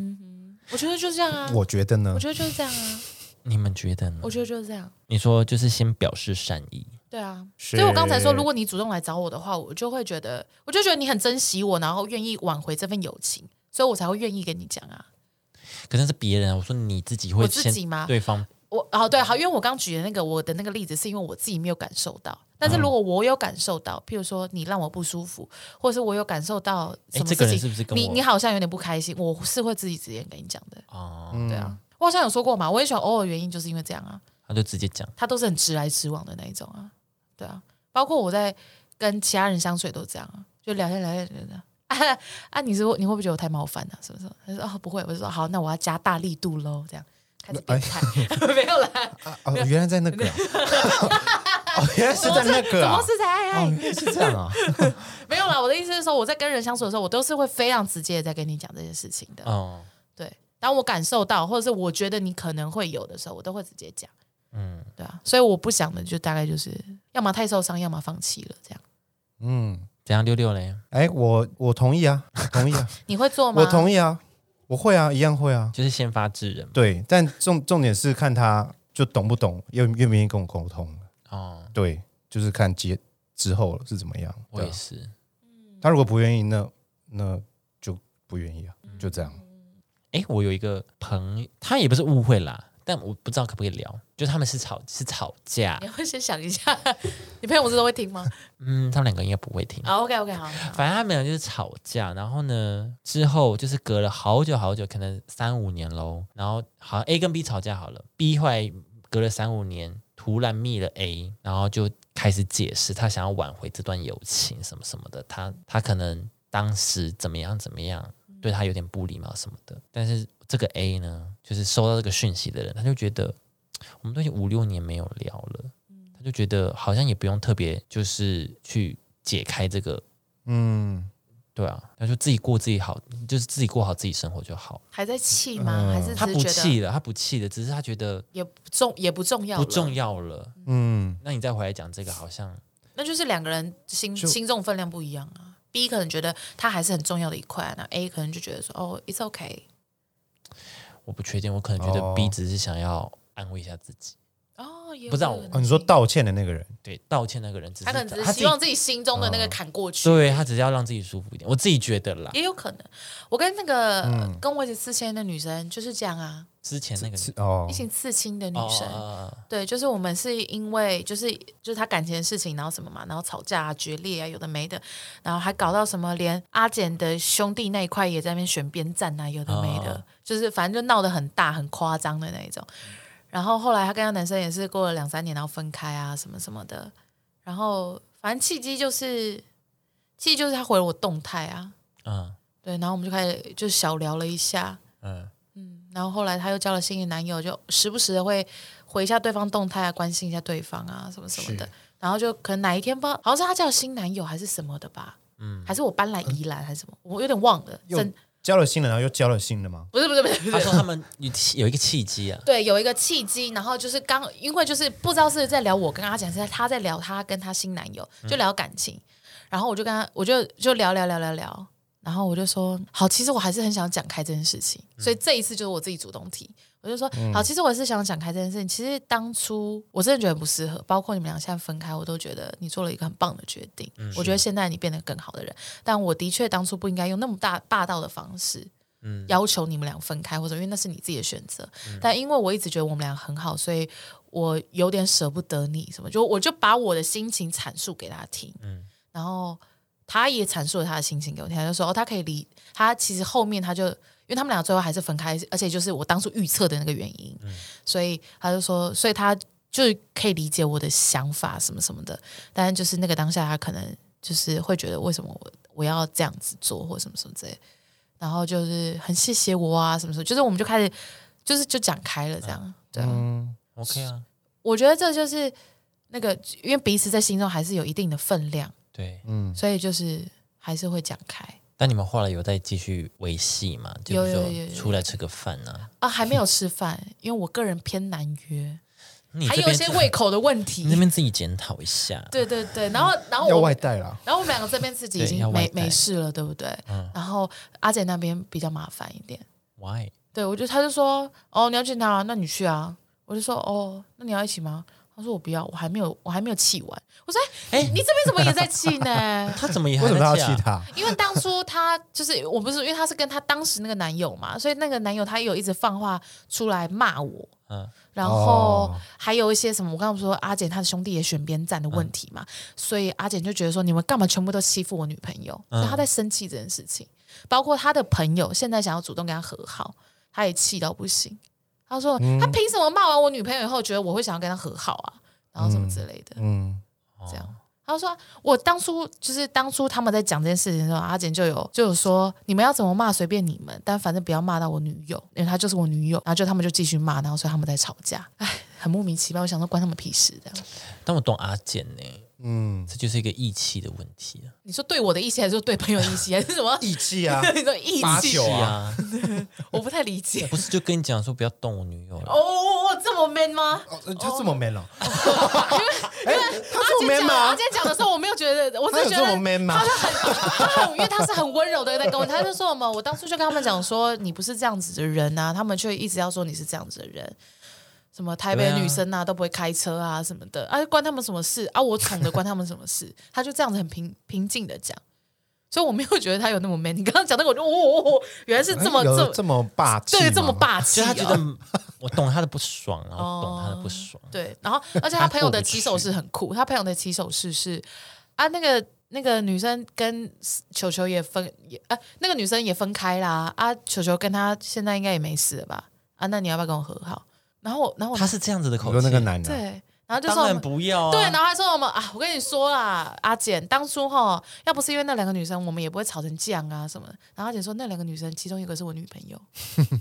Speaker 2: 我觉得就这样啊，
Speaker 3: 我觉得呢
Speaker 2: 我，觉得就是这样啊，
Speaker 1: 你们觉得呢
Speaker 2: 我？觉得就是这样。
Speaker 1: 你说就是先表示善意，
Speaker 2: 对啊，所
Speaker 3: 所
Speaker 2: 以我刚才说，如果你主动来找我的话，我就会觉得，我就觉得你很珍惜我，然后愿意挽回这份友情，所以我才会愿意跟你讲啊。
Speaker 1: 可是是别人啊，我说你自己会
Speaker 2: 我自
Speaker 1: 先
Speaker 2: 己吗
Speaker 1: 对方
Speaker 2: 我哦对，好，因为我刚举的那个我的那个例子，是因为我自己没有感受到。但
Speaker 1: 嗯
Speaker 2: 是如果我有感受到，譬如说你让我不舒服，或者是我有感受到
Speaker 1: 哎，
Speaker 2: 什么
Speaker 1: 这
Speaker 2: 事
Speaker 1: 个
Speaker 2: 情，
Speaker 1: 人是不是跟
Speaker 2: 你
Speaker 1: 我
Speaker 2: 你好像有点不开心，我是会自己直接跟你讲的。
Speaker 1: 哦，
Speaker 3: 嗯
Speaker 2: 对啊，我好像有说过嘛，我也喜欢偶尔原因就是因为这样啊，
Speaker 1: 他就直接讲，
Speaker 2: 他都是很直来直往的那一种啊，对啊，包括我在跟其他人相处也都这样啊，就聊天聊天聊天。 (laughs) 啊啊！你是会你会不会觉得我太冒犯了、什么什么？他说哦不会，我就说好，那我要加大力度喽，这样开始
Speaker 1: 哎
Speaker 2: 变态， (laughs) 没有啦，
Speaker 3: 啊哦，原来在那个啊， (laughs) 哦，原来是在那
Speaker 2: 怎
Speaker 3: 个啊
Speaker 2: 么，是才爱爱？
Speaker 3: 哦，原来是这样啊，
Speaker 2: 没有啦，我的意思是说，我在跟人相处的时候，我都是会非常直接的在跟你讲这些事情的。
Speaker 3: 啊
Speaker 1: 哦，
Speaker 2: 对，当我感受到，或者是我觉得你可能会有的时候，我都会直接讲。
Speaker 1: 嗯，
Speaker 2: 对啊，所以我不想的就大概就是，要么太受伤，要么放弃了这样。
Speaker 3: 嗯，
Speaker 1: 怎样六六嘞？
Speaker 3: 哎，我我同意啊，我同
Speaker 2: (laughs)
Speaker 3: 意啊，
Speaker 2: 你会做吗？
Speaker 3: 我同意啊，我会啊，一样会啊，
Speaker 1: 就是先发制人嘛
Speaker 3: 对，但重重点是看他就懂不懂，愿愿不愿意跟我沟通，
Speaker 1: 哦，
Speaker 3: 对，就是看结之后是怎么样。
Speaker 1: 我
Speaker 3: 对
Speaker 1: 也
Speaker 3: 啊
Speaker 1: 是。
Speaker 3: 他如果不愿意，那那就不愿意啊，
Speaker 2: 嗯
Speaker 3: 就这样。
Speaker 1: 哎，我有一个朋友，他也不是误会啦，但我不知道可不可以聊，就是他们是吵是吵架
Speaker 2: 你，会先想一下， (laughs) 你朋友不是都会听
Speaker 3: (laughs)
Speaker 2: 吗？
Speaker 1: 嗯，他们两个应该不会听。
Speaker 2: 啊，OK，OK，好、o k OK，好，
Speaker 1: 反正他们俩就是吵架，然后呢，之后就是隔了好久好久，可能三五年喽。然后好像 A 跟 B 吵架好了，B 后来隔了三五年，突然密了 A，然后就开始解释他想要挽回这段友情什么什么的，他他可能当时怎么样怎么样，对他有点不礼貌什么的。但是这个 A 呢，就是收到这个讯息的人，他就觉得嗯我们都已经五六年没有聊了，他就觉得好像也不用特别就是去解开这个
Speaker 3: 嗯，
Speaker 1: 对啊，他就自己过自己好，就是自己过好自己生活就好。
Speaker 2: 还在气吗？
Speaker 3: 嗯
Speaker 2: 还是
Speaker 1: 他
Speaker 2: 只
Speaker 1: 不
Speaker 2: 是觉得
Speaker 1: 气了，他不气了，只是他觉得
Speaker 2: 也不重也不重要？
Speaker 1: 不重，要了。
Speaker 3: 嗯，
Speaker 1: 那你再回来讲这个，好像
Speaker 2: 那就是两个人心
Speaker 3: 就
Speaker 2: 心重分量不一样啊。B 可能觉得他还是很重要的一块、啊，那 A 可能就觉得说哦，it's OK
Speaker 1: 我不确定，我可能觉得
Speaker 3: 哦
Speaker 1: B 只是想要安慰一下自己。
Speaker 2: 哦，也有
Speaker 1: 不知道
Speaker 2: 可能
Speaker 3: 哦，你说道歉的那个人，
Speaker 1: 对，道歉那个人只是
Speaker 2: 他可能只
Speaker 1: 他自
Speaker 2: 是希
Speaker 1: 己嗯
Speaker 2: 望自己心中的那个坎过去，
Speaker 1: 对他啊只是要让自己舒服一点，我自己觉得啦。
Speaker 2: 也有可能。我跟那个、呃
Speaker 3: 嗯
Speaker 2: 跟我一起刺青的女生就是这样啊，
Speaker 1: 之前那个
Speaker 3: 是哦
Speaker 2: 一，起刺青的女
Speaker 1: 哦
Speaker 2: 生，
Speaker 1: 哦哦
Speaker 2: 对，就是我们是因为就是就是她感情的事情，然后什么嘛，然后吵架啊、决裂啊，有的没的，然后还搞到什么，连阿简的兄弟那一块也在那边选边站啊，有的没的，
Speaker 1: 哦
Speaker 2: 就是反正就闹得很大、很夸张的那一种。然后后来她跟她男生也是过了两三年，然后分开啊，什么什么的。然后反正契机就是契机就是她回了我动态啊，
Speaker 1: 嗯
Speaker 2: 对，然后我们就开始就小聊了一下，
Speaker 1: 嗯，
Speaker 2: 然后后来她又交了新的男友，就时不时的会回一下对方动态啊，关心一下对方啊，什么什么的
Speaker 3: 是。
Speaker 2: 然后就可能哪一天吧，好像是她交了新男友还是什么的吧，嗯，还是我搬来宜兰还是什么，我有点忘了。
Speaker 3: 又
Speaker 2: 真
Speaker 3: 交了新的，然后又交了新的吗？
Speaker 2: 不是不是不是不
Speaker 1: 嗯他
Speaker 2: 是，
Speaker 1: 说他们有有一个契机啊，
Speaker 2: 对，有一个契机，然后就是刚因为就是不知道是在聊我跟阿简，是她在聊她跟她新男友，就聊感情。然后我就跟她，我就就聊聊聊聊聊，然后我就说好，其实我还是很想讲开这件事情，所以这一次就是我自己主动提。我就说好，其实我还是想讲开这件事情。其实当初我真的觉得不适合，包括你们俩现在分开，我都觉得你做了一个很棒的决定。我觉得现在你变得更好的人，但我的确当初不应该用那么大霸道的方式，要求你们俩分开，或者因为那是你自己的选择。但因为我一直觉得我们俩很好，所以我有点舍不得你，什么就我就把我的心情阐述给他听，然后他也阐述了他的心情给我听，他就说哦，他可以理他，其实后面他就。因为他们俩最后还是分开，而且就是我当初预测的那个原因，所以他就说，所以他就是可以理解我的想法什么什么的，但就是那个当下，他可能就是会觉得为什么我我要这样子做或什么什么之类的，然后就是很谢谢我啊什么什么，就是我们就开始就是就讲开了这样，对啊、
Speaker 3: 嗯，
Speaker 1: ，OK 啊，
Speaker 2: 我觉得这就是那个，因为彼此在心中还是有一定的分量，
Speaker 1: 对。
Speaker 3: 嗯
Speaker 2: 所以就是还是会讲开
Speaker 1: 但你们后来有再继续维系嘛？就比如
Speaker 2: 有有有有
Speaker 1: 说出来吃个饭啊，
Speaker 2: 啊。还没有吃饭，因为我个人偏难约，
Speaker 1: 你
Speaker 2: 还
Speaker 1: 这
Speaker 2: 有一
Speaker 1: 边
Speaker 2: 些
Speaker 1: 自
Speaker 2: 胃口的问
Speaker 1: 你那
Speaker 2: 题。
Speaker 1: 边自己检讨一下。
Speaker 2: 对对对，然后然后
Speaker 3: 要
Speaker 2: 哦我
Speaker 3: 外
Speaker 2: 们
Speaker 3: 带啦，
Speaker 2: 然后我们两个这边自己已
Speaker 1: 对要
Speaker 2: 经
Speaker 1: 外
Speaker 2: 没
Speaker 1: 带嗯
Speaker 2: 没事了，对不对？然后阿姐那边比较麻烦一点。
Speaker 1: Why？
Speaker 2: 对，我就他就说，哦，你要去哪？那你去啊。我就说哦，那你要一起吗？他说我不要，我还没有，我还没有气完。我说哎，
Speaker 1: 哎
Speaker 2: 你这边怎么也在气呢？
Speaker 1: 他怎么也
Speaker 3: 为
Speaker 1: 还
Speaker 3: 什么
Speaker 1: 在
Speaker 3: 他要
Speaker 1: 气啊
Speaker 3: 气他？
Speaker 2: 因为当初她就是我不是，因为她是跟她当时那个男友嘛，所以那个男友他有一直放话出来骂我，
Speaker 1: 嗯，
Speaker 2: 然后
Speaker 3: 哦
Speaker 2: 还有一些什么，我刚刚说阿简他的兄弟也选边站的问题
Speaker 1: 嗯
Speaker 2: 嘛，所以阿简就觉得说你们干嘛全部都欺负我女朋友？
Speaker 1: 嗯
Speaker 2: 那他在生气这件事情，包括他的朋友现在想要主动跟他和好，他也气到不行。他说、
Speaker 1: 嗯
Speaker 2: 他凭什么骂完我女朋友以后，觉得我会想要跟他和好啊？然后什么之类的，
Speaker 3: 嗯，
Speaker 1: 哦
Speaker 2: 这样。他说：“我当初就是当初他们在讲这件事情的时候，阿简就有就有说，你们要怎么骂随便你们，但反正不要骂到我女友，因为她就是我女友。然后就他们就继续骂，然后所以他们在吵架，哎，很莫名其妙。我想说关他们屁事这样。
Speaker 1: 但我懂阿简呢、
Speaker 3: 嗯，
Speaker 1: 这就是一个义气的问题啊。
Speaker 2: 你说对我的义气，还是说对朋友的义 (laughs) 气，还是什么？
Speaker 3: 义气
Speaker 2: (laughs)
Speaker 3: 啊
Speaker 2: 你说义
Speaker 4: 八
Speaker 2: 气
Speaker 4: 九？
Speaker 1: 对
Speaker 4: 啊，
Speaker 2: 哦
Speaker 1: 啊，
Speaker 2: 我不太理解。
Speaker 1: (laughs) 不是就跟你讲说不要动我女友了。
Speaker 2: 哦，这么 man 吗？
Speaker 3: 哦他这么 man 哦，
Speaker 2: 因为他
Speaker 3: 哎这么 man 吗
Speaker 2: 阿简讲的时候，我没有觉得，我只
Speaker 3: 他有
Speaker 2: 是觉
Speaker 3: 这
Speaker 2: 得
Speaker 3: 么 man 吗
Speaker 2: 他？就很，他 (laughs) 很，因为他是很温柔的在跟我，他就说什么，我当初就跟他们讲说，你不是这样子的人啊，他们却一直要说你是这样子的人，什么台北
Speaker 1: 对啊
Speaker 2: 女生啊都不会开车啊什么的，
Speaker 1: 嗯
Speaker 2: 啊关他们什么事啊？我宠的关他们什么事？他就这样子很平平静的讲，所以我没有觉得他有那么 man。你刚刚讲那个，我就哦哦哦，原来是这么
Speaker 3: 有
Speaker 2: 这
Speaker 3: 这
Speaker 2: 么
Speaker 3: 么霸气吗，
Speaker 2: 对这么霸气、
Speaker 1: 就
Speaker 2: 哦，
Speaker 1: 他觉得 (laughs) 我懂他的不爽啊，我懂他的不爽。
Speaker 2: 对，然后而且他朋友的
Speaker 1: 他过不去
Speaker 2: 起手式很酷，他朋友的起手式是啊，那个那个女生跟球球也分也啊，那个女生也分开啦啊，球球跟他现在应该也没事了吧？啊，那你要不要跟我和好？然后我然后我
Speaker 1: 他是这样子的口
Speaker 3: 你
Speaker 1: 气，
Speaker 3: 说那个男的，
Speaker 2: 对，然后哦就说
Speaker 1: 当
Speaker 2: 我
Speaker 1: 然
Speaker 2: 们
Speaker 1: 不要啊。
Speaker 2: 对，然后还说我们啊，我跟你说啦，阿简，当初哈，要不是因为那两个女生，我们也不会吵成这样啊什么的。然后阿简说，那两个女生其中一个是我女朋
Speaker 1: (laughs)
Speaker 2: 友， (laughs)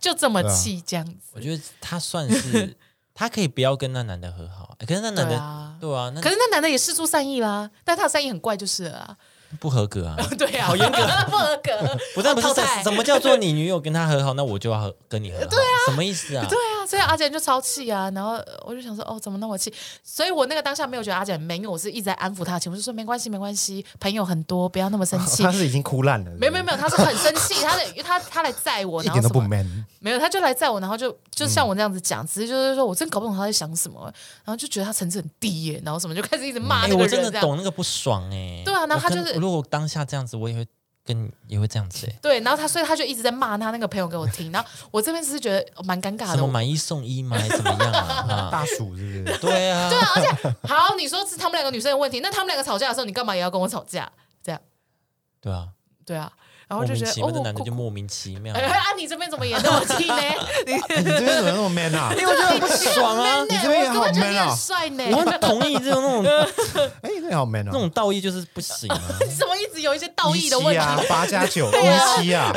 Speaker 2: 就这么
Speaker 3: 对啊
Speaker 2: 气这样子。
Speaker 1: 我觉得他算是他可以不要跟那男的和好，哎诶可是那男
Speaker 2: 对
Speaker 1: 的
Speaker 2: 啊，
Speaker 1: 对啊，那
Speaker 2: 可是那男的也事出善意啦，但他的善意很怪就是了啊。 (laughs)
Speaker 1: 不合格啊。
Speaker 2: 对啊，好严格， (laughs) 不合格。
Speaker 1: 不但不是
Speaker 2: 淘
Speaker 1: 这
Speaker 2: 汰
Speaker 1: 什么叫做你女友跟他和好，那我就要和跟你和好，对啊，什么意思啊？
Speaker 2: 对啊，所以阿简就超气啊，然后呃我就想说，哦，怎么那么气？所以我那个当下没有觉得阿简很 man，因为我是一直在安抚他的情绪，我就说没关系，没关系，朋友很多，不要那么生气
Speaker 3: (laughs) 哦他。是已经哭烂了，
Speaker 2: 没有没有没有，他是很生气，他的因为他他来载我，啊
Speaker 3: 一
Speaker 2: 然后
Speaker 3: 点都不
Speaker 2: 什么
Speaker 3: man，
Speaker 2: 没有，他就来载我，然后就就像我那样子讲，只是就是说我真搞不懂他在想什么，然后就觉得他层次很低耶，然后什么就开始一直骂
Speaker 1: 哎、
Speaker 2: 那个
Speaker 1: 我
Speaker 2: 人这
Speaker 1: 真的
Speaker 2: 样。
Speaker 1: 懂那个不爽哎、
Speaker 2: 对啊然后他
Speaker 1: 我跟
Speaker 2: 就是
Speaker 1: 如果我当下这样子，我也会跟你也会这样
Speaker 2: (laughs)
Speaker 1: 子哎、
Speaker 2: 对，然后他所以他就一直在骂他那个朋友给我听，然后我这边只是觉得蛮尴尬
Speaker 1: 什
Speaker 2: 的
Speaker 1: 么。买一送一吗？还是怎么样
Speaker 2: (laughs)
Speaker 1: 啊？啊
Speaker 3: 大鼠是不是？
Speaker 1: 对啊，
Speaker 2: 对啊，而且 (laughs) 好，你说是他们两个女生的问题，那他们两个吵架的时候，你干嘛也要跟我吵架？这样
Speaker 1: (laughs) 对啊，
Speaker 2: 对啊，然
Speaker 1: 莫
Speaker 2: 后就
Speaker 1: 名
Speaker 2: 觉
Speaker 1: 其
Speaker 2: 得
Speaker 1: 妙，
Speaker 2: 哦，
Speaker 1: 这男的就
Speaker 2: 哭
Speaker 1: 莫名其妙
Speaker 2: (laughs) 哎，啊，你这边怎么也那么气
Speaker 1: (laughs)
Speaker 2: 呢？你 (laughs)
Speaker 3: 你这边怎么那么 man 啊？
Speaker 1: 因为我觉得很不爽啊。
Speaker 2: 真的
Speaker 3: 你这边也
Speaker 2: 我
Speaker 3: 好
Speaker 2: 真的觉得
Speaker 3: man
Speaker 2: 你
Speaker 3: 啊
Speaker 2: 很帅呢。
Speaker 1: 然后同意这种那
Speaker 2: (laughs)
Speaker 1: 种
Speaker 3: 哎，你好 man
Speaker 1: 那
Speaker 3: 哦
Speaker 1: 种，道义就是不行啊。
Speaker 2: 你 (laughs) 怎么一直有一些道义的
Speaker 3: 一
Speaker 2: 问题？
Speaker 3: 七啊，八加
Speaker 2: (laughs)
Speaker 3: 九，
Speaker 2: 啊
Speaker 3: 一七啊，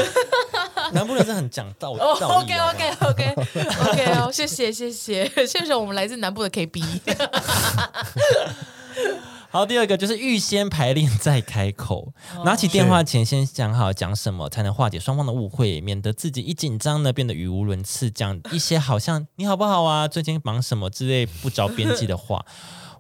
Speaker 1: 南部人是很讲道
Speaker 2: 哦
Speaker 1: 道啊义
Speaker 2: ，OK
Speaker 1: 的好不好
Speaker 2: OK OK OK 哦，谢谢谢谢谢谢我们来自南部的 (laughs) KB，
Speaker 1: 嗯好，第二个就是预先排练再开口，拿起电话前先想好讲什么，才能化解双方的误会，免得自己一紧张呢变得语无伦次，讲一些好像你好不好啊，最近忙什么之类不着边际的话，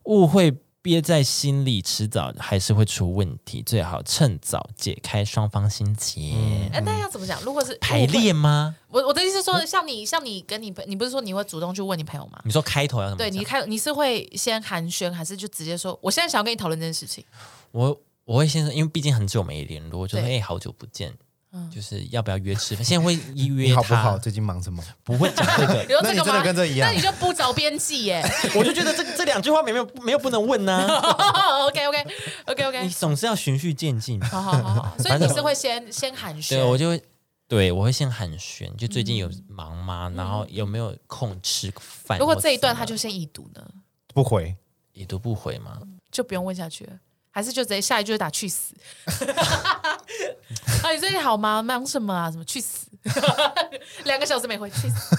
Speaker 1: 误会。憋在心里，迟早还是会出问题。最好趁早解开双方心结。
Speaker 2: 哎，那要怎么讲？如果是
Speaker 1: 排练吗？
Speaker 2: 我我的意思是说，像你像你跟你朋，你不是说你会主动去问你朋友吗？
Speaker 1: 你说开头要怎么
Speaker 2: 对
Speaker 1: 讲？
Speaker 2: 你开你是会先寒暄，还是就直接说我现在想要跟你讨论这件事情？
Speaker 1: 我我会先说，因为毕竟很久没联络，就是哎、
Speaker 2: 对
Speaker 1: 欸好久不见，
Speaker 2: 嗯
Speaker 1: 就是要不要约吃饭？现在会一约
Speaker 3: 你
Speaker 1: 他，
Speaker 3: 好不好？最近忙什么？
Speaker 1: 不会讲这个
Speaker 2: (laughs) 。你说这
Speaker 3: 那你
Speaker 2: 个
Speaker 3: 真的
Speaker 2: 吗？
Speaker 3: 跟这一样
Speaker 2: 那你就不着边际耶。
Speaker 1: 我就觉得这这两句话没有没有不能问呐、(laughs)
Speaker 2: 啊 OK OK OK
Speaker 1: 你
Speaker 2: OK，
Speaker 1: 总是要循序渐进。
Speaker 2: 好好好好，所以你是会先先寒暄，
Speaker 1: 对，我就会对我会先寒暄，就最近有忙吗？然后有没有空吃个饭？
Speaker 2: 嗯如果这一段
Speaker 1: 或
Speaker 2: 他
Speaker 1: 怎
Speaker 2: 就
Speaker 1: 么
Speaker 2: 先已读呢，
Speaker 3: 不回，
Speaker 1: 已读不回嘛，
Speaker 2: 就不用问下去了。还是就直接下一句就打去死，啊，你最近好吗？忙什么啊？什么去死？两个小时没回，去死。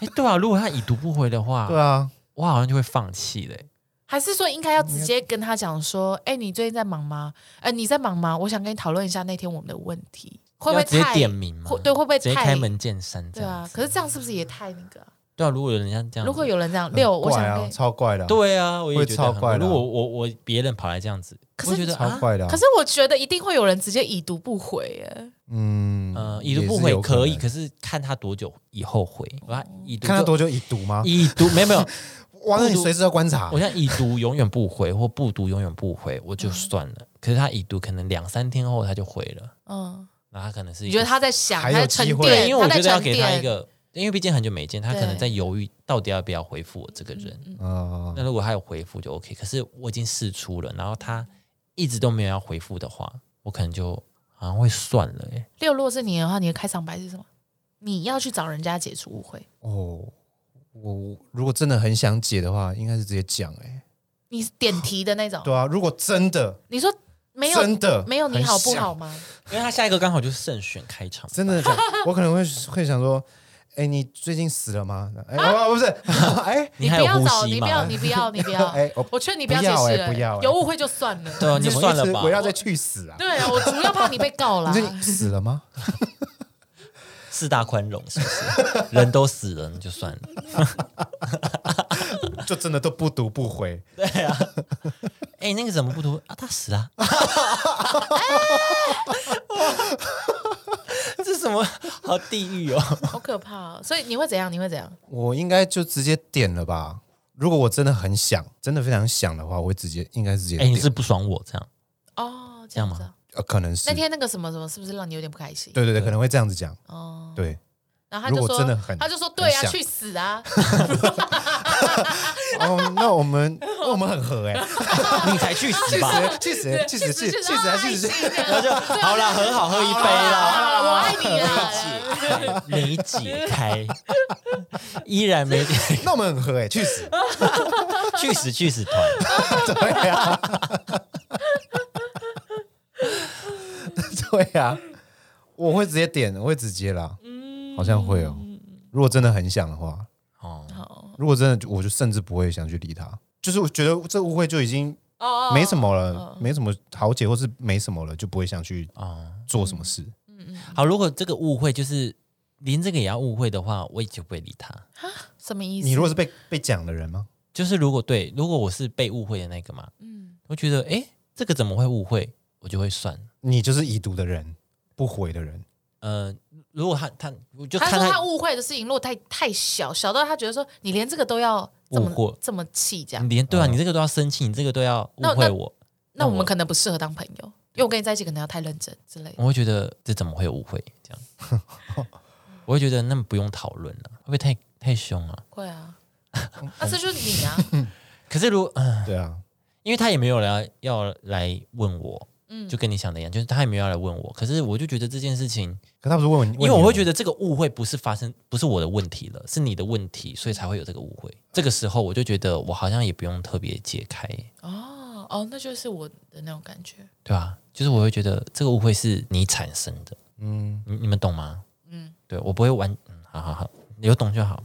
Speaker 1: 哎，对啊，如果他已读不回的话，
Speaker 3: 对啊，
Speaker 1: 我好像就会放弃欸嘞、
Speaker 2: 还是说应该要直接跟他讲说，哎、你最近在忙吗？呃，你在忙吗？我想跟你讨论一下那天我们的问题，会不会
Speaker 1: 要直接
Speaker 2: 太
Speaker 1: 点名嘛？
Speaker 2: 会对，会不会
Speaker 1: 直接
Speaker 2: 太
Speaker 1: 开？门见山这
Speaker 2: 对
Speaker 1: 样
Speaker 2: 啊
Speaker 1: 子？，
Speaker 2: 可是这样是不是也太那个啊、
Speaker 1: 对啊，如果有人家这样，
Speaker 2: 如果。有人这样六，我
Speaker 3: 怪
Speaker 2: 想跟
Speaker 3: 啊，
Speaker 2: 你
Speaker 3: 超怪的啊，
Speaker 1: 对啊，我也
Speaker 3: 会
Speaker 1: 觉得
Speaker 3: 超
Speaker 1: 很
Speaker 3: 怪的
Speaker 1: 如
Speaker 3: 啊
Speaker 1: 果我我别人跑来这样子，
Speaker 2: 可
Speaker 1: 我会
Speaker 2: 是
Speaker 1: 觉得
Speaker 3: 超
Speaker 1: 啊，
Speaker 3: 怪的啊
Speaker 2: 欸可，是我觉得一定会有人直接已读不回耶，
Speaker 3: 嗯，
Speaker 1: 呃，已读不回可以，可是看他多久以后回。我要已读
Speaker 3: 看他
Speaker 1: 就
Speaker 3: 多久已读吗？
Speaker 1: 已 (laughs) 读没有没有，
Speaker 3: 哇，那你
Speaker 1: 不读
Speaker 3: 随时要观察
Speaker 1: 我。像已读永远不回或不读永远不回，我就算了。可是他已读可能两三天后他就回了，
Speaker 2: 嗯，
Speaker 1: 那他可能是
Speaker 2: 你
Speaker 1: 一
Speaker 2: 觉
Speaker 1: 个
Speaker 2: 得他在想，
Speaker 3: 还
Speaker 2: 他
Speaker 3: 有
Speaker 2: 在沉
Speaker 3: 机会
Speaker 1: 对，
Speaker 2: 淀，
Speaker 1: 因为我
Speaker 2: 在
Speaker 1: 觉得要
Speaker 2: 沉
Speaker 1: 给他
Speaker 2: 淀
Speaker 1: 一个，因为毕竟很久没见，他可能
Speaker 2: 对嗯
Speaker 1: 在犹豫到底要不要回复我这个人。
Speaker 3: 啊，
Speaker 1: 那如果他有回复就 OK，可是我已经试出了，然后他一直都没有要回复的话，我可能就好像会算了、欸。
Speaker 2: 六，如果是你的话，你的开场白是什么？你要去找人家解除误会，
Speaker 3: 哦，我如果真的很想解的话，应该是直接讲哎。
Speaker 2: 你是点题的那种。
Speaker 3: 对啊，如果真的
Speaker 2: 你说没有
Speaker 3: 真的
Speaker 2: 没有你好不
Speaker 3: 很
Speaker 2: 好
Speaker 3: 想
Speaker 2: 吗？
Speaker 1: 因为他下一个刚好就是慎选开场，
Speaker 3: 真的讲， (laughs) 我可能会会想说，哎，你最近死了吗？哎，哦，不是， (laughs) 哎
Speaker 2: 你
Speaker 1: 还
Speaker 2: 不
Speaker 1: 有
Speaker 2: 要
Speaker 1: 呼
Speaker 2: 找，
Speaker 1: 吸
Speaker 2: 你不
Speaker 1: 吗
Speaker 2: 要，？你不要，你不要。
Speaker 3: (laughs) 哎，我
Speaker 2: 我劝你
Speaker 3: 不
Speaker 2: 解
Speaker 3: 要
Speaker 2: 释
Speaker 3: 哎
Speaker 2: 了，
Speaker 3: 不要哎
Speaker 2: 有误会就算了。
Speaker 1: 对啊，你
Speaker 3: 就
Speaker 1: 算了
Speaker 3: 一直
Speaker 1: 吧。
Speaker 3: 我要再去死啊！
Speaker 2: 对啊，我主要怕你被告啦
Speaker 3: 你。最近死了吗？ (laughs)
Speaker 1: 四大宽容是不 (laughs) 是？人都死了，那就算了。
Speaker 3: 就真的都不读不回，
Speaker 1: 啊 (laughs) 哎、那个怎么不读啊？他死了、啊。 (laughs) 这是什么好地狱哦？
Speaker 2: 好可怕哦！所以你会怎样？你会怎样？
Speaker 3: 我应该就直接点了吧。如果我真的很想，真的非常想的话，我会直接应该直接
Speaker 1: 哎、
Speaker 3: 点。
Speaker 1: 你是不爽我这样？
Speaker 2: 哦，
Speaker 1: 这
Speaker 2: 这
Speaker 1: 样
Speaker 2: 样
Speaker 1: 吗
Speaker 2: 子啊。
Speaker 3: 呃，可能是
Speaker 2: 那天那个什么什么，是不是让你有点不开心？
Speaker 3: 对对对，可能会这样子讲。
Speaker 2: 哦，
Speaker 3: 对，
Speaker 2: 然后他就
Speaker 3: 如果
Speaker 2: 说，
Speaker 3: 真的很
Speaker 2: 他就说，对啊，
Speaker 3: 很想
Speaker 2: 去死啊！
Speaker 3: 哦，那我们那我们很合哎，
Speaker 1: (laughs) 你才去死吧！
Speaker 3: 去
Speaker 2: (laughs)
Speaker 3: 死去死去死去死啊去死！
Speaker 1: 然后就好啦，很好，喝一杯
Speaker 2: (laughs)
Speaker 1: 啦。
Speaker 2: 啊我爱你啦！
Speaker 1: 没解开，依然没解， (laughs)
Speaker 3: 那我们很合哎，去死！ (laughs)
Speaker 1: 去死去死团，
Speaker 3: 对呀，对呀，我会直接点，我会直接啦，
Speaker 2: 嗯
Speaker 3: 好像会哦。如果真的很想的话，
Speaker 1: 哦，
Speaker 2: 哦
Speaker 3: 如果真的就，我就甚至不会想去理他。就是我觉得这误会就已经
Speaker 2: 哦
Speaker 3: 没什么了，没什么好解，或是没什么了，就不会想去
Speaker 1: 哦
Speaker 3: 做什么
Speaker 2: 嗯
Speaker 3: 事。
Speaker 1: 好，如果这个误会就是连这个也要误会的话，我也就不会理他。
Speaker 2: 什么意思？
Speaker 3: 你如果是被被讲的人吗？
Speaker 1: 就是如果对，如果我是被误会的那个嘛，
Speaker 2: 嗯，
Speaker 1: 我觉得诶，这个怎么会误会，我就会算。
Speaker 3: 你就是已读的人，不回的人。
Speaker 1: 呃，如果他他，我就
Speaker 2: 他
Speaker 1: 看
Speaker 2: 说他误会的事情，如果太太小，小到他觉得说你连这个都要这
Speaker 1: 误会
Speaker 2: 么这么气这样
Speaker 1: 你，连对啊，
Speaker 3: 嗯
Speaker 1: 你这个都要生气，你这个都要误
Speaker 2: 那
Speaker 1: 会
Speaker 2: 那
Speaker 1: 我，
Speaker 2: 那
Speaker 1: 那
Speaker 2: 我们
Speaker 1: 我
Speaker 2: 可能不适合当朋友，
Speaker 3: 嗯
Speaker 2: 因为我跟你在一起可能要太认真之类的。
Speaker 1: 我会觉得这怎么会误会这样？
Speaker 3: (laughs)
Speaker 1: 我会觉得那么不用讨论了，会不会太太凶啊？
Speaker 2: 会啊， (laughs) 那这就是你
Speaker 3: (laughs)
Speaker 2: 啊，
Speaker 1: 可是如果、嗯
Speaker 3: 对啊，
Speaker 1: 因为他也没有来要来问我，
Speaker 2: 嗯
Speaker 1: 就跟你想的一样，就是他也没有要来问我。可是我就觉得这件事情，
Speaker 3: 可他不是问我，哦
Speaker 1: 因为我会觉得
Speaker 3: 得
Speaker 1: 这个误会不是发生，不是我的问题了，是你的问题，所以才会有这个误会。这个时候我就觉得我好像也不用特别解开，
Speaker 2: 哦哦，那就是我的那种感觉。
Speaker 1: 对吧、就是我会觉得这个误会是你产生的，
Speaker 3: 嗯，
Speaker 1: 你你们懂吗？
Speaker 2: 嗯，
Speaker 1: 对我不会玩，嗯，好好好，有懂就好。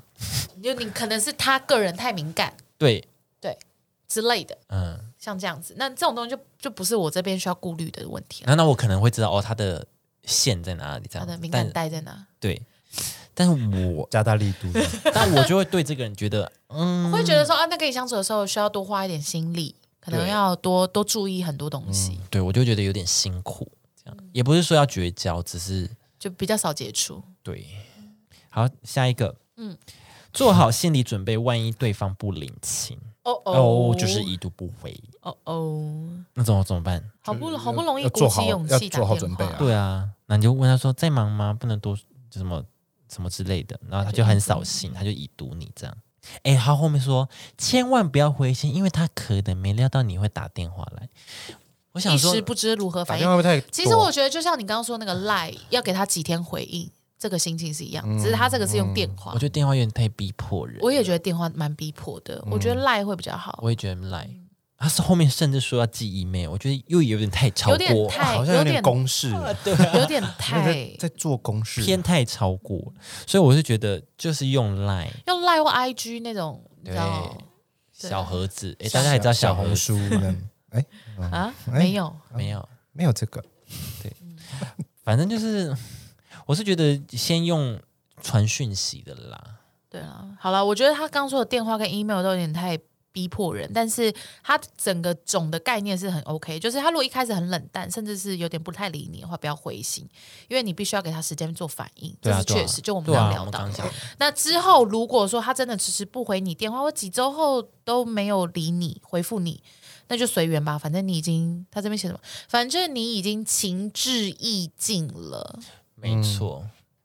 Speaker 2: 就你可能是他个人太敏感
Speaker 1: 对，
Speaker 2: 之类的，
Speaker 1: 嗯，
Speaker 2: 像这样子，那这种东西就就不是我这边需要顾虑的问题了。
Speaker 1: 那那我可能会知道哦，他的线在哪里这
Speaker 2: 他
Speaker 1: 样子，
Speaker 2: 的敏
Speaker 1: 但
Speaker 2: 感带在哪？
Speaker 1: 对，但是我 (laughs)
Speaker 3: 加大力
Speaker 2: (laughs)
Speaker 3: 度的。
Speaker 1: 但我就会对这个人觉得，嗯，
Speaker 2: 会觉得说啊，那跟你相处的时候需要多花一点心力，可能
Speaker 1: 对嗯
Speaker 2: 要多多注意很多东西，
Speaker 1: 对我就觉得有点辛苦，这
Speaker 2: 嗯
Speaker 1: 样也不是说要绝交，只是
Speaker 2: 就比较少接触。
Speaker 1: 对。好，下一个，嗯，做好心理准备，万一对方不领情，
Speaker 2: 哦
Speaker 1: 哦，就是已读不回，
Speaker 2: 哦哦，
Speaker 1: 那怎么怎么办？
Speaker 2: 好不好不容易
Speaker 3: 要做
Speaker 2: 鼓
Speaker 3: 好
Speaker 2: 起勇气
Speaker 3: 要
Speaker 2: 打
Speaker 3: 做好
Speaker 2: 电
Speaker 3: 准备
Speaker 2: 话，
Speaker 3: 啊
Speaker 1: 对啊，那你就问他说在忙吗？不能多什么什么之类的，然后他就很扫兴，他就已读你这样。哎，他后面说千万不要回信，因为他可能没料到你会打电话来。我想
Speaker 2: 一
Speaker 1: 说
Speaker 2: 时，不知如何
Speaker 3: 打
Speaker 2: 反
Speaker 3: 电话
Speaker 2: 应。
Speaker 3: 会不会太多？
Speaker 2: 其实我觉得，就像你刚刚说那个赖，要给他几天回应，这个心情是一样，只是他这个是用电话
Speaker 1: 我觉。得电话有点太逼迫人。
Speaker 2: 我也觉得电话蛮逼迫的，我觉得赖会比较好
Speaker 1: 我，也觉得赖，他是后面甚至说要寄 email，我觉得又有点太超
Speaker 2: 有点
Speaker 1: 过，
Speaker 2: 太
Speaker 3: 啊好像有
Speaker 2: 有
Speaker 3: 点
Speaker 2: 点 (laughs)
Speaker 3: 公式，
Speaker 2: 有点
Speaker 3: 那
Speaker 2: 太
Speaker 3: 在在做公式，
Speaker 1: 偏太超过，所以我是觉得就是用赖
Speaker 2: 用赖或 IG 那种，你知道对
Speaker 1: 小盒子，诶，哎大家也知道小
Speaker 3: 小
Speaker 1: 红
Speaker 3: 红
Speaker 1: 书
Speaker 3: 书呢。
Speaker 1: (laughs)
Speaker 3: 哎，
Speaker 2: 啊？
Speaker 3: 哎
Speaker 2: 没有，
Speaker 1: 没有，
Speaker 3: 没有这个，
Speaker 1: 反正就是我是觉得先用传讯息的啦，
Speaker 2: 对啊，好了，我觉得他刚说的电话跟 email 都有点太逼迫人，但是他整个总的概念是很 OK，就是他如果一开始很冷淡，甚至是有点不太理你的话，不要灰心，因为你必须要给他时间做反应，
Speaker 1: 对
Speaker 2: 这
Speaker 1: 啊
Speaker 2: 是
Speaker 1: 对啊
Speaker 2: 确实，就我们
Speaker 1: 对
Speaker 2: 刚
Speaker 1: 啊，
Speaker 2: 刚聊
Speaker 1: 我们
Speaker 2: 到
Speaker 1: 刚
Speaker 2: 的。
Speaker 1: 讲，
Speaker 2: 那之后，如果说他真的迟迟不回你电话，或几周后都没有理你回复你，那就随缘吧，反正你已经他这边写什么，反正你已经情至意尽了。
Speaker 1: 没错。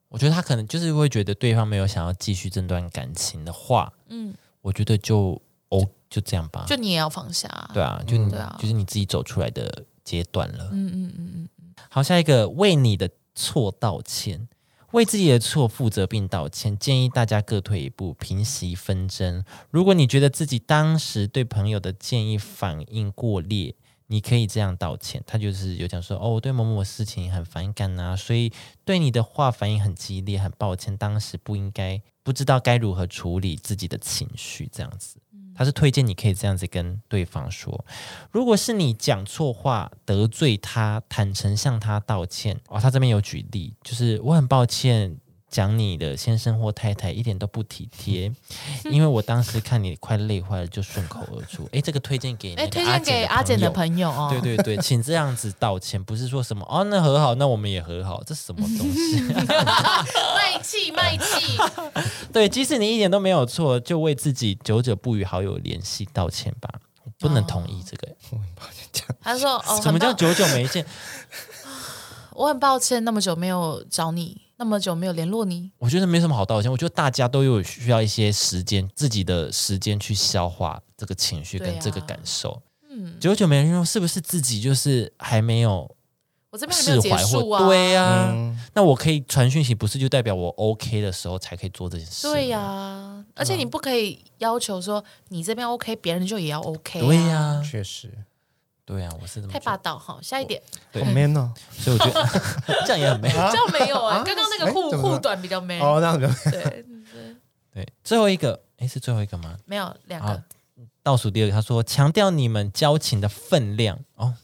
Speaker 1: 我觉得他可能就是会觉得对方没有想要继续这段感情的话，
Speaker 2: 嗯，
Speaker 1: 我觉得就哦就这样吧，
Speaker 2: 就你也要放下、啊
Speaker 1: 对啊，就你、
Speaker 2: 对啊
Speaker 1: 就是你自己走出来的阶段了。
Speaker 2: 嗯嗯嗯嗯，
Speaker 1: 好，下一个为你的错道歉，为自己的错负责并道歉，建议大家各退一步，平息纷争。如果你觉得自己当时对朋友的建议反应过烈，你可以这样道歉。他就是有讲说，哦，我对某某事情很反感啊，所以对你的话反应很激烈，很抱歉，当时不应该不知道该如何处理自己的情绪，这样子。
Speaker 2: 嗯
Speaker 1: 他是推荐你可以这样子跟对方说，如果是你讲错话得罪他，坦诚向他道歉哦，他这边有举例，就是我很抱歉讲你的先生或太太一点都不体
Speaker 2: (laughs)
Speaker 1: 贴，因为我当时看你快累坏了，就顺口而出。诶，这个推荐给
Speaker 2: 哎、
Speaker 1: 那个
Speaker 2: 推荐给阿简
Speaker 1: 简
Speaker 2: 的
Speaker 1: 友。
Speaker 2: 朋友
Speaker 1: (laughs)
Speaker 2: 哦，
Speaker 1: 对对对，请这样子道歉，不是说什么哦，那和好，那我们也和好，这是什么东西？
Speaker 2: 卖气卖
Speaker 1: (laughs)
Speaker 2: 气，
Speaker 1: 对，即使你一点都没有错，就为自己久久不与好友联系道歉吧。我不能同意这个，
Speaker 2: 他说哦，
Speaker 1: 什么叫
Speaker 2: 很抱
Speaker 1: 久久没见？
Speaker 2: 我很抱歉那么久没有找你，那么久没有联络你，
Speaker 1: 我觉得没什么好道歉，我觉得大家都有需要一些时间，自己的时间去消化这个情绪
Speaker 2: 对
Speaker 1: 跟
Speaker 2: 啊
Speaker 1: 这个感受。
Speaker 2: 嗯，
Speaker 1: 久久没人用，是不是自己就是还没有
Speaker 2: 我这边还没
Speaker 1: 释
Speaker 2: 有结
Speaker 1: 怀
Speaker 2: 束
Speaker 1: 或
Speaker 2: 啊，
Speaker 1: 对呀、
Speaker 3: 嗯
Speaker 1: 那我可以传讯息，不是就代表我 OK 的时候才可以做这件事？
Speaker 2: 对呀、
Speaker 1: 啊
Speaker 2: 而且你不可以要求说你这边 OK，别啊人就也要 OK、
Speaker 1: 对呀、
Speaker 3: 确实
Speaker 1: 对呀、我是这么
Speaker 2: 太
Speaker 1: 觉得
Speaker 2: 霸，道哈。下一点，
Speaker 1: 对
Speaker 3: 好 man 哦。
Speaker 1: 所以我觉得 (laughs) 这样也很美。
Speaker 2: 这样没有
Speaker 1: 啊
Speaker 2: 哎、刚刚那个
Speaker 3: 哎
Speaker 2: 护
Speaker 3: 怎么
Speaker 2: 护
Speaker 3: 了
Speaker 2: 短比较 man，、
Speaker 3: 哦，那我就
Speaker 2: 对对，
Speaker 1: 对，最后一个，诶，是最后一个吗？
Speaker 2: 没有两个
Speaker 1: 啊，，倒数第二个，他说强调你们交情的分量哦，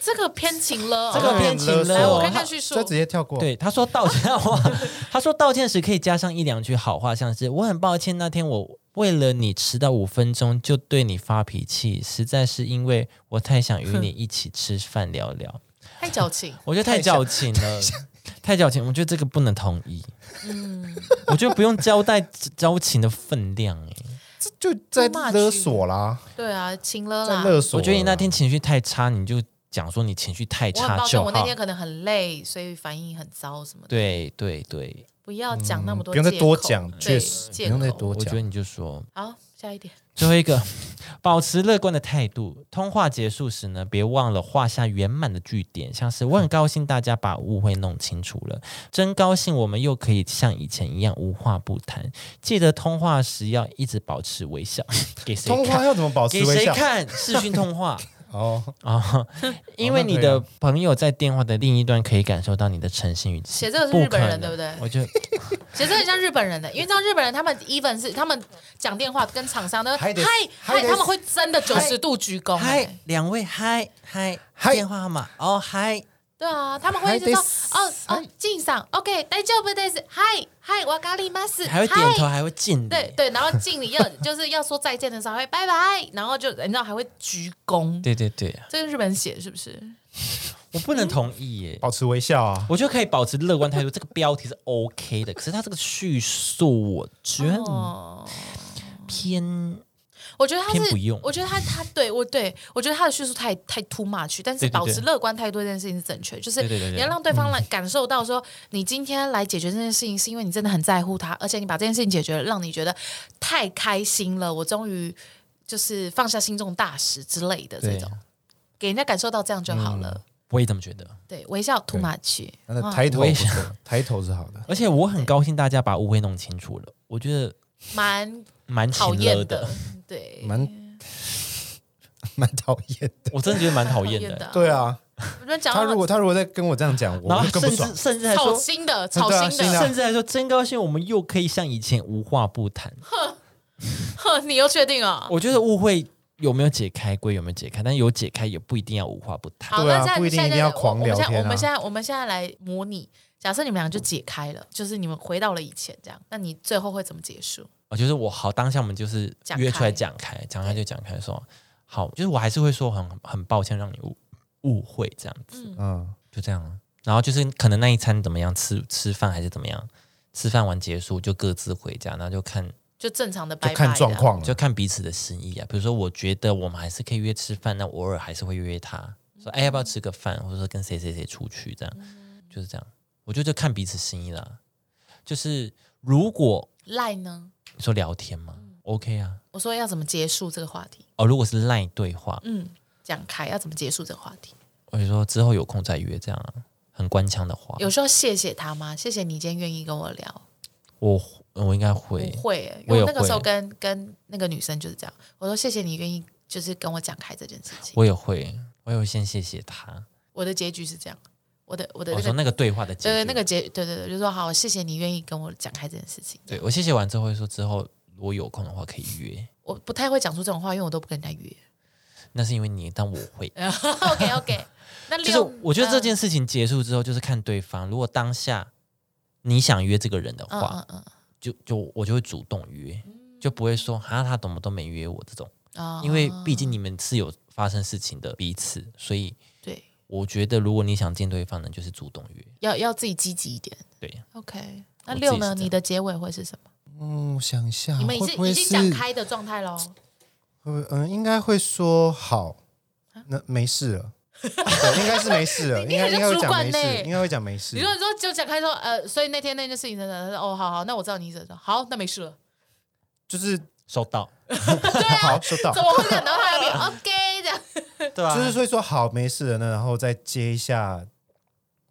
Speaker 2: 这个偏情了，
Speaker 1: 这个
Speaker 2: 偏
Speaker 1: 偏情
Speaker 2: 来
Speaker 1: 了
Speaker 2: 我
Speaker 1: 哦，
Speaker 2: 看看叙述
Speaker 3: 就，直接跳过。
Speaker 1: 对，他说道歉话， (laughs) 他说道歉时可以加上一两句好话，像是我很抱歉那天我为了你迟到五分钟就对你发脾气，实在是因为我太想与你一起吃饭聊 (laughs) 聊，
Speaker 2: 太矫情，
Speaker 1: 我觉得太矫情了。太矫情，我觉得这个不能同意。
Speaker 2: 嗯，
Speaker 1: 我觉得不用交代交情的分量、欸，
Speaker 3: 就在勒索啦，
Speaker 2: 对啊，情了
Speaker 3: 在
Speaker 2: 啦。
Speaker 3: 勒索
Speaker 1: 我
Speaker 3: 啦。嗯
Speaker 1: 觉得你那天情绪太差，你就讲说你情绪太
Speaker 2: 我很
Speaker 1: 差
Speaker 2: 抱
Speaker 1: 就
Speaker 2: 歉，
Speaker 1: 好
Speaker 2: 我。那天可能很累，所以反应很糟什么的。
Speaker 1: 对对对，
Speaker 2: 不要讲那么多借
Speaker 3: 不用
Speaker 2: 口，
Speaker 3: 再多讲，
Speaker 2: 对
Speaker 3: 确实不
Speaker 2: 借
Speaker 3: 用再
Speaker 2: 口
Speaker 3: 多
Speaker 1: 我觉
Speaker 3: 讲
Speaker 1: 得。你就说
Speaker 2: 好，下一点，
Speaker 1: 最后一个， (laughs) 保持乐观的态度。通话结束时呢，别忘了画下圆满的句点，像是我很高兴大家把误会弄清楚
Speaker 3: (laughs)
Speaker 1: 了，真高兴我们又可以像以前一样无话不谈。记得通话时要一直保持微笑， (laughs) 给谁
Speaker 3: 通话
Speaker 1: 看？
Speaker 3: 要怎么保持
Speaker 1: 给
Speaker 3: 微
Speaker 1: 谁
Speaker 3: 笑？
Speaker 1: 看？视讯通
Speaker 3: (laughs)
Speaker 1: 话
Speaker 3: 哦，
Speaker 1: 啊、因为你的
Speaker 3: 啊
Speaker 1: 朋友在电话的另一端可以感受到你的诚信与
Speaker 2: 写这个是
Speaker 1: 不
Speaker 2: 日
Speaker 1: 可
Speaker 2: 本人
Speaker 1: 能，
Speaker 2: 对不对？
Speaker 1: 我觉得
Speaker 2: 其实这很像日本人的，因为知道日本人他们 even 是他们讲电话跟厂商都
Speaker 3: 还
Speaker 2: 嗨
Speaker 3: 得还
Speaker 2: 嗨，
Speaker 3: 得
Speaker 2: 他们会真的九十度鞠躬、
Speaker 1: 哦嗨
Speaker 2: 哎，
Speaker 1: 两位嗨嗨
Speaker 3: 嗨
Speaker 1: 电话号码哦嗨。
Speaker 2: 对啊，他们会一直说
Speaker 3: 还
Speaker 2: 哦
Speaker 3: 得
Speaker 2: 哦，敬赏，OK，大丈夫です，嗨嗨，我咖喱ます，
Speaker 1: 还会点头，
Speaker 2: 嗨。
Speaker 1: 还会敬礼。
Speaker 2: 对对，然后敬礼要就是要说再见的时候还会拜拜，然后就你知道还会鞠躬，
Speaker 1: 对对对，
Speaker 2: 这是日本人写的是不是？
Speaker 1: 我不能同意耶。
Speaker 3: 保持微笑啊！
Speaker 1: 我觉得可以保持乐观态度，这个标题是 OK 的，可是它这个叙述，我觉得
Speaker 2: 哦，
Speaker 1: 偏
Speaker 2: 我觉得他
Speaker 1: 偏
Speaker 2: 是
Speaker 1: 不用
Speaker 2: 我觉得他他对我对我觉得他的叙述太太 too much，但是
Speaker 1: 对对
Speaker 2: 保持
Speaker 1: 对
Speaker 2: 乐观态度这件事情是正确，就是
Speaker 1: 对对对对
Speaker 2: 你要让对方来感受到说，你今天来解决这件事情是因为你真的很在乎他，而且你把这件事情解决了，让你觉得太开心了，我终于就是放下心中大石之类的这
Speaker 1: 对嗯
Speaker 2: 种，，给人家感受到这样就好了。
Speaker 1: 我也这么觉得。
Speaker 2: 对，微笑 too much，啊
Speaker 3: 他的
Speaker 2: 哇
Speaker 3: 抬头
Speaker 1: 微
Speaker 3: 不
Speaker 1: 笑
Speaker 3: 错，抬头是好的。
Speaker 1: 而且我很高兴大家把误会弄清楚了，我觉得
Speaker 2: 蛮
Speaker 1: 蛮
Speaker 2: 讨
Speaker 1: 勤
Speaker 2: 厌
Speaker 1: 乐
Speaker 2: 的
Speaker 1: 的，，
Speaker 2: 对，
Speaker 3: 蛮蛮讨厌的。
Speaker 1: 我真的觉得蛮讨厌的。
Speaker 2: 的。
Speaker 3: 对啊，
Speaker 2: 我们讲
Speaker 3: 他如
Speaker 2: 到
Speaker 3: 果他如果再跟我这样讲，
Speaker 1: 然
Speaker 3: 我
Speaker 1: 后
Speaker 3: 就更
Speaker 1: 甚
Speaker 3: 不爽
Speaker 1: 至。甚至还
Speaker 2: 吵
Speaker 1: 说，
Speaker 2: 心的，
Speaker 3: 对啊
Speaker 2: 吵心
Speaker 3: 新
Speaker 2: (laughs)
Speaker 3: 的
Speaker 2: 的，
Speaker 1: 甚至还说真高兴，我们又可以像以前无话不谈。
Speaker 2: 哼，你又确定啊？
Speaker 1: 我觉得误会有没有解开归有没有解开，但有解开也不一定要无话不谈。
Speaker 2: 好，
Speaker 3: 对啊
Speaker 2: 那现在
Speaker 3: 不一定
Speaker 2: 现在
Speaker 3: 一定要狂聊天啊
Speaker 2: 我们现在我们现在我们现在来模拟，假设你们俩就解开了，就是你们回到了以前这样，那你最后会怎么结束？
Speaker 1: 呃，就是我好当下我们就是
Speaker 2: 讲
Speaker 1: 约出来
Speaker 2: 开
Speaker 1: 讲开，讲开就讲开说好，就是我还是会说很很抱歉让你误误会这样子，
Speaker 2: 嗯，
Speaker 3: 嗯，
Speaker 1: 就这样啊。然后就是可能那一餐怎么样吃吃饭还是怎么样，吃饭完结束就各自回家，然后就看
Speaker 2: 就正常的
Speaker 3: 就
Speaker 2: 拜拜
Speaker 3: 看状
Speaker 2: 这样。
Speaker 3: 况了，
Speaker 1: 就看彼此的心意啊。比如说，我觉得我们还是可以约吃饭，那我偶尔还是会约他说，哎，要不要吃个饭，或者说跟谁谁谁出去，这样就是这样。我觉得就看彼此心意啦。就是如果
Speaker 2: 赖呢？
Speaker 1: 你说聊天嘛，OK 啊。
Speaker 2: 我说要怎么结束这个话题？
Speaker 1: 哦，如果是赖对话，
Speaker 2: 嗯，讲开要怎么结束这个话题？
Speaker 1: 我就说之后有空再约，这样啊，很官腔的话，
Speaker 2: 有时候谢谢他吗？谢谢你今天愿意跟我聊。
Speaker 1: 我我应该
Speaker 2: 不
Speaker 1: 会，
Speaker 2: 会欸，因
Speaker 1: 我
Speaker 2: 为
Speaker 1: 也
Speaker 2: 我那个时候
Speaker 1: 会
Speaker 2: 跟跟那个女生就是这样，我说谢谢你愿意就是跟我讲开这件事情。
Speaker 1: 我也会，我也会先谢谢他。
Speaker 2: 我的结局是这样，我的我的
Speaker 3: 哦
Speaker 1: 我
Speaker 2: 那
Speaker 1: 说
Speaker 2: 个
Speaker 1: 那个对话的结
Speaker 2: 对对
Speaker 1: 局，
Speaker 2: 那个结对对对，就说好，谢谢你愿意跟我讲开这件事情。
Speaker 1: 对我谢谢完之后会说之后如果有空的话可以约，
Speaker 2: 我不太会讲出这种话，因为我都不跟人家 (laughs) 约。
Speaker 1: 那是因为你，但我会。
Speaker 2: OK (laughs) OK，那
Speaker 1: 就
Speaker 2: 六，
Speaker 1: 是我觉得这
Speaker 2: 嗯
Speaker 1: 件事情结束之后，就是看对方。如果当下你想约这个人的
Speaker 2: 嗯
Speaker 1: 话，
Speaker 2: 嗯嗯
Speaker 1: 就就我就会主动约，就不会说啊他怎么都没约我这种。
Speaker 2: 嗯啊
Speaker 1: 因为毕竟你们是有发生事情的彼此，所以
Speaker 2: 对，
Speaker 1: 我觉得如果你想见对方呢，就是主动约。
Speaker 2: 要要自己积极一点。
Speaker 1: 对，
Speaker 2: OK，那
Speaker 1: 我自己
Speaker 2: 六
Speaker 1: 是这
Speaker 2: 呢？
Speaker 1: 样
Speaker 2: 你的结尾会是什么？
Speaker 3: 嗯，我想一下，
Speaker 2: 你们已
Speaker 3: 会
Speaker 2: 经
Speaker 3: 不会
Speaker 2: 已经
Speaker 3: 是
Speaker 2: 讲开的状态喽。
Speaker 3: 会不会嗯，应该会说好，那没事了，对，应该是没事了，
Speaker 2: 啊 (laughs) 你
Speaker 3: 应该
Speaker 2: 你很
Speaker 3: 应该
Speaker 2: 像
Speaker 3: 会讲没
Speaker 2: 主管呢
Speaker 3: 事，应该会讲没事
Speaker 2: 你。说你说就讲开说呃，所以那天那件事情真的他说哦，好好，那我知道你意思了。好，那没事
Speaker 3: (laughs)
Speaker 2: 了。
Speaker 3: 就是
Speaker 1: 收到，
Speaker 2: (laughs)
Speaker 3: 好，收到
Speaker 2: 啊怎。么会讲到他那
Speaker 3: (laughs)
Speaker 2: 边 OK 这样？
Speaker 1: 对啊，
Speaker 3: 就是会说好没事了呢，然后再接一下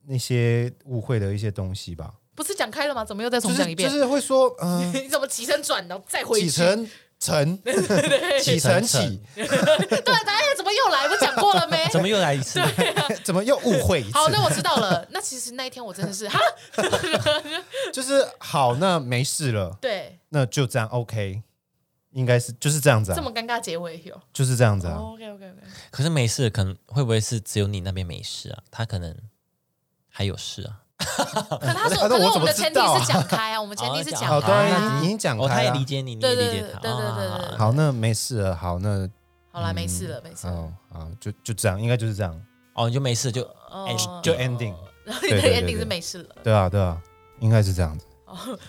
Speaker 3: 那些误会的一些东西吧。
Speaker 2: 不是讲开了吗？怎么又再
Speaker 3: 就
Speaker 2: 重讲一
Speaker 3: 是
Speaker 2: 遍
Speaker 3: 就？是会说，嗯、
Speaker 2: 你怎么起身转，然后再 (laughs) 回去？
Speaker 3: 启程程启程
Speaker 1: (laughs)
Speaker 3: 起，
Speaker 2: (laughs) 对，大家怎么又来？不讲过了没？
Speaker 1: 哎怎么又来一次？
Speaker 3: 怎么又误会一次？
Speaker 2: (laughs) 好，那我知道了。那其实那一天我真的是哈，
Speaker 3: 就是好，那没事了， (laughs)
Speaker 2: 对，
Speaker 3: 那就这样 OK，应该是就是这样子
Speaker 2: 这
Speaker 3: 啊，
Speaker 2: 么尴哦尬结尾有。
Speaker 3: 就是这样子啊。
Speaker 2: OK OK
Speaker 3: (laughs)
Speaker 2: OK，
Speaker 1: (laughs) 可是没事，可能会不会是只有你那边没事啊？他可能还有事啊。
Speaker 2: 可他说，
Speaker 3: 啊那
Speaker 2: 可是
Speaker 3: 我
Speaker 2: 我们
Speaker 3: 怎么
Speaker 2: 的
Speaker 3: 知
Speaker 2: 前提
Speaker 3: 道啊
Speaker 2: 是讲开啊，我们前提是讲
Speaker 3: 哦，
Speaker 1: 好
Speaker 3: 当
Speaker 2: 开
Speaker 3: 然
Speaker 2: 啊
Speaker 3: 已。经讲
Speaker 1: 哦，他
Speaker 3: 开
Speaker 1: 也
Speaker 3: 了
Speaker 1: 理。解你，你
Speaker 2: 对
Speaker 1: 也
Speaker 2: 对
Speaker 1: 理解
Speaker 2: 对
Speaker 1: 他。
Speaker 2: 对对对对
Speaker 1: 啊
Speaker 3: 好，那没事了，好，那
Speaker 2: 好啦，没事了，没事了。
Speaker 3: 哦，好，就就这样，应该就是这样，
Speaker 1: 哦，你就没事就哎
Speaker 2: (laughs) 哦
Speaker 3: 就 ending，
Speaker 2: 然后你的
Speaker 3: 对对对
Speaker 2: ending 是
Speaker 3: 对
Speaker 2: 没事了，
Speaker 3: 对啊，对啊，应该是这样子，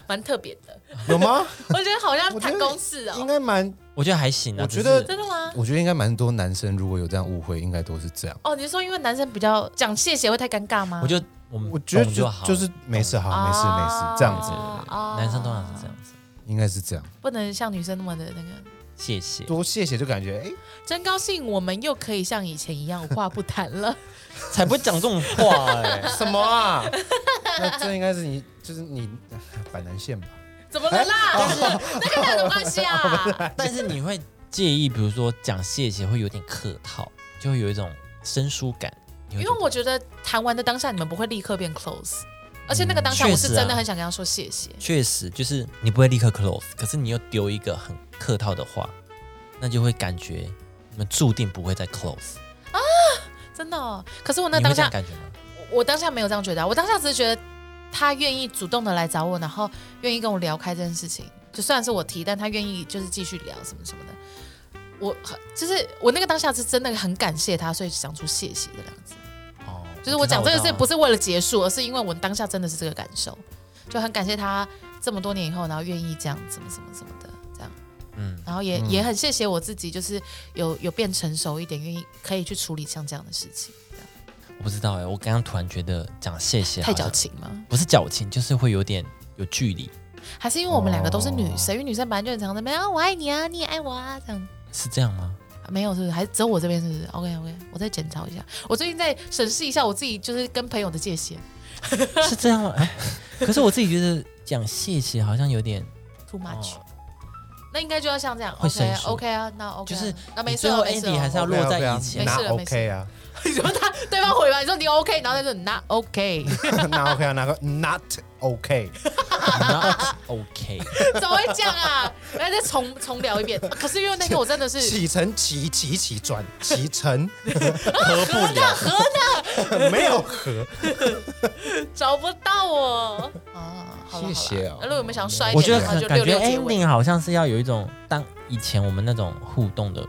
Speaker 2: 蛮特别的。
Speaker 3: 有 (laughs) 吗？
Speaker 2: 我觉得好像
Speaker 3: 我觉
Speaker 2: 谈
Speaker 3: 得
Speaker 2: 公事
Speaker 3: 应
Speaker 2: 哦，
Speaker 3: 该蛮，
Speaker 1: 我觉得还行啊。
Speaker 3: 我
Speaker 1: 只
Speaker 3: 觉得
Speaker 1: 是
Speaker 2: 真的吗？
Speaker 3: 我觉得应该蛮多男生如果有这样误会，应该都是这样。
Speaker 2: 哦，你是说因为男生比较讲谢谢会太尴尬吗？
Speaker 1: 我觉得我们
Speaker 3: 我觉得
Speaker 1: 懂
Speaker 3: 就
Speaker 1: 好，
Speaker 3: 就是没事，好，没事，没事，这样子
Speaker 2: 啊
Speaker 1: 对男生通常是这样子。
Speaker 3: 应该是这样。
Speaker 2: 不能像女生那么的那个。
Speaker 1: 谢谢，
Speaker 3: 多谢谢，就感觉哎，
Speaker 2: 真高兴，我们又可以像以前一样无话不谈
Speaker 3: (laughs)
Speaker 2: 了。
Speaker 1: 才不会讲这种话哎。
Speaker 3: 什么啊？ (laughs) 那这应该是你，就是你 (laughs) 板南线吧？
Speaker 2: 怎么了啦？
Speaker 3: 哎哦
Speaker 2: 那跟他有什么关系啊？
Speaker 1: 但是你会介意，比如说讲谢谢会有点客套，就会有一种生疏感。因
Speaker 2: 因为我觉得谈完的当下，你们不会立刻变 close，而且那个当下
Speaker 1: 嗯确
Speaker 2: 我是
Speaker 1: 实啊
Speaker 2: 真的很想跟他说谢谢。
Speaker 1: 确实就是你不会立刻 close，可是你又丢一个很客套的话，那就会感觉你们注定不会再 close。
Speaker 2: 真的哦、可是我
Speaker 1: 你
Speaker 2: 那
Speaker 1: 会
Speaker 2: 当
Speaker 1: 这
Speaker 2: 下
Speaker 1: 样，感觉吗？
Speaker 2: 我我当下没有这样觉得啊、我当下只是觉得他愿意主动的来找我，然后愿意跟我聊开这件事情，就算是我提，但他愿意就是继续聊什么什么的。我很就是我那个当下是真的很感谢他，所以讲出谢谢这两个字。
Speaker 1: 哦，
Speaker 2: 就是我讲这个事不
Speaker 1: 是
Speaker 2: 是为了结束，而是因为我当下真的是这个感受，就很感谢他这么多年以后，然后愿意这样什么什么什么的这样，
Speaker 1: 嗯，
Speaker 2: 然后也、也很谢谢我自己，就是有有变成熟一点，愿意可以去处理像这样的事情，这样
Speaker 1: 我不知道哎，我刚刚突然觉得讲谢谢
Speaker 2: 太
Speaker 1: 好像
Speaker 2: 矫，情吗？
Speaker 1: 不是矫情，就是会有点有距离，
Speaker 2: 还是因为我们两个都是女
Speaker 3: 哦
Speaker 2: 生，因为女生本来就很常在那边啊，我爱你啊，你也爱我啊这样。
Speaker 1: 是这样吗？
Speaker 2: 啊没有，是不是？还只有我这边是不是？OK OK，我再检讨一下，我最近在审视一下我自己，就是跟朋友的界限
Speaker 1: 是这样吗？哎，可是我自己觉得讲谢谢好像有
Speaker 2: (laughs)
Speaker 1: 点
Speaker 2: ，too much，、
Speaker 1: 哦
Speaker 2: 那应该就要像这样
Speaker 1: 会生
Speaker 2: ，OK
Speaker 1: 疏
Speaker 2: OK 啊，那 OK，、啊、
Speaker 1: 就是
Speaker 2: 那没事
Speaker 1: 最
Speaker 2: 啊，
Speaker 1: 后
Speaker 2: 没事啊
Speaker 1: ending 还是要
Speaker 3: OK 啊
Speaker 1: 落在
Speaker 3: OK 啊
Speaker 1: 以前
Speaker 3: 拿
Speaker 2: 没事了没事
Speaker 3: OK 啊，
Speaker 2: (laughs)
Speaker 3: (laughs)
Speaker 2: 你说他对方回吧，你说你 OK，然后他说你 not OK， (laughs)
Speaker 3: 拿 OK 啊，拿个 Not OK，
Speaker 1: 那 OK。
Speaker 2: 怎么会这样啊？ (laughs) 来再重重聊一遍。可是因为那天我真的是
Speaker 3: 启程起起起转启程，
Speaker 1: 合不了。
Speaker 3: (laughs) 没有和
Speaker 2: 找不到我啊，好好了
Speaker 4: 谢谢哦
Speaker 2: 好了如果我们想帅一
Speaker 1: 嗯我觉得
Speaker 2: 点的话，
Speaker 1: 很
Speaker 2: 就
Speaker 1: 感
Speaker 2: 六
Speaker 1: 觉
Speaker 2: 六结尾。
Speaker 1: ending 好像是要有一种当以前我们那种互动的，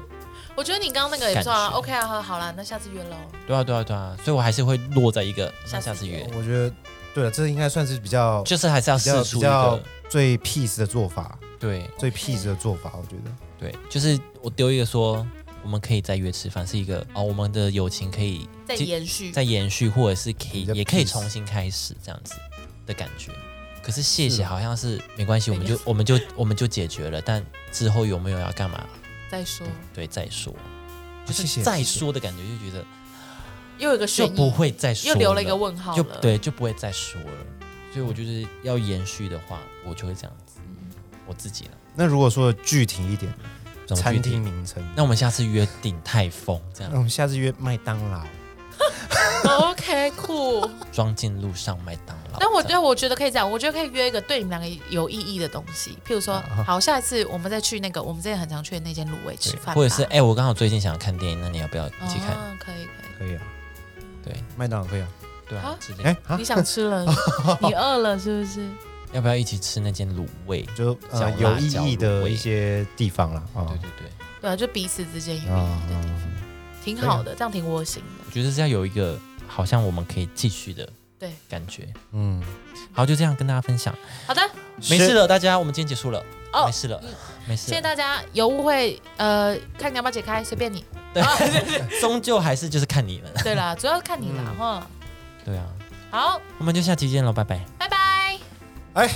Speaker 2: 我觉得你刚刚那个也不错啊
Speaker 1: 感觉
Speaker 2: ，OK 啊，好好啦，那下次约喽。
Speaker 1: 对啊对啊对啊，所以我还是会落在一个那下
Speaker 2: 下
Speaker 1: 次
Speaker 2: 次
Speaker 1: 约，
Speaker 3: 我觉得对啊了，这应该算是比较
Speaker 1: 就是还是要
Speaker 3: 比较
Speaker 1: 试出
Speaker 3: 比
Speaker 1: 一个
Speaker 3: 较最 peace 的做法，
Speaker 1: 对
Speaker 3: 最 peace 的做法，我觉得。
Speaker 1: 对，就是我丢一个说我们可以再约吃饭，是一个哦我们的友情可以
Speaker 2: 再
Speaker 1: 其
Speaker 2: 延续，
Speaker 1: 再延续，或者是可以
Speaker 3: 比较
Speaker 1: 也可以
Speaker 3: peace
Speaker 1: 重新开始这样子的感觉。可是谢
Speaker 3: 是
Speaker 1: 谢
Speaker 3: 啊
Speaker 1: 好像是没关系，我们就我们就我们就解决了，但之后有没有要干嘛？
Speaker 2: 再说，
Speaker 1: 对，再说，就
Speaker 3: 谢谢
Speaker 1: 是再说的感觉，就觉得
Speaker 2: 又有一个
Speaker 1: 就
Speaker 2: 悬
Speaker 1: 不
Speaker 2: 疑，
Speaker 1: 会再说，
Speaker 2: 又留了一个，问号
Speaker 1: 就
Speaker 2: 了。，
Speaker 1: 对，就不会再说了。所以我就是要延续的话，我就会这样子，我自己了。
Speaker 3: 那如果说具体一点，
Speaker 1: 怎么具
Speaker 3: 餐
Speaker 1: 体
Speaker 3: 厅，名称，
Speaker 1: 那我们下次约鼎泰丰这
Speaker 3: 那
Speaker 1: 样，
Speaker 3: 我们下次约麦当劳。
Speaker 2: OK，酷。
Speaker 1: (laughs) 庄敬路上麦当劳。
Speaker 2: 哦但我
Speaker 1: 这
Speaker 2: 对
Speaker 1: 样
Speaker 2: 我觉得可以这样，我觉得可以约一个对你们两个有意义的东西，譬如说，
Speaker 1: 啊
Speaker 2: 好，下一次我们再去那个我们之前很常去的那间卤味吃饭吧，
Speaker 1: 或者是哎、我刚好最近想看电影，那你要不要一起看？
Speaker 2: 哦，可以可以。
Speaker 3: 可以啊，
Speaker 1: 对
Speaker 3: 麦当劳可以啊。
Speaker 1: 对啊
Speaker 2: 啊，
Speaker 1: 之类的
Speaker 3: 哎、啊
Speaker 2: 你想
Speaker 1: (laughs)
Speaker 2: 吃了，你饿了是不是？
Speaker 1: 要不要一起吃那间卤味？
Speaker 3: 就
Speaker 1: 小
Speaker 3: 呃
Speaker 1: 辣
Speaker 3: 有意
Speaker 1: 椒
Speaker 3: 义
Speaker 1: 卤
Speaker 3: 的
Speaker 1: 味
Speaker 3: 一些地方啦。啊
Speaker 1: 对对对，
Speaker 2: 对啊，就彼此之间有意义
Speaker 3: 啊啊
Speaker 2: 的，
Speaker 3: 啊
Speaker 2: 挺好的，这样挺窝心的。
Speaker 1: 我觉得是要有一个好像我们可以继续的
Speaker 2: 对
Speaker 1: 感觉。
Speaker 3: 嗯，
Speaker 1: 好，就这样跟大家分享。
Speaker 2: 好的，
Speaker 1: 没事了，大家，我们今天结束了。
Speaker 2: 哦
Speaker 1: 没事了，没事
Speaker 2: 谢谢
Speaker 1: 了。
Speaker 2: 大家，有误会，呃，看你要不要解开，随便你。
Speaker 1: (laughs) 对，终究还是就是看你们。
Speaker 2: 对啦，主要看你啦，哈。
Speaker 1: 对啊，
Speaker 2: 好，
Speaker 1: 我们就下期见了，拜拜。
Speaker 2: 拜拜。
Speaker 3: 哎，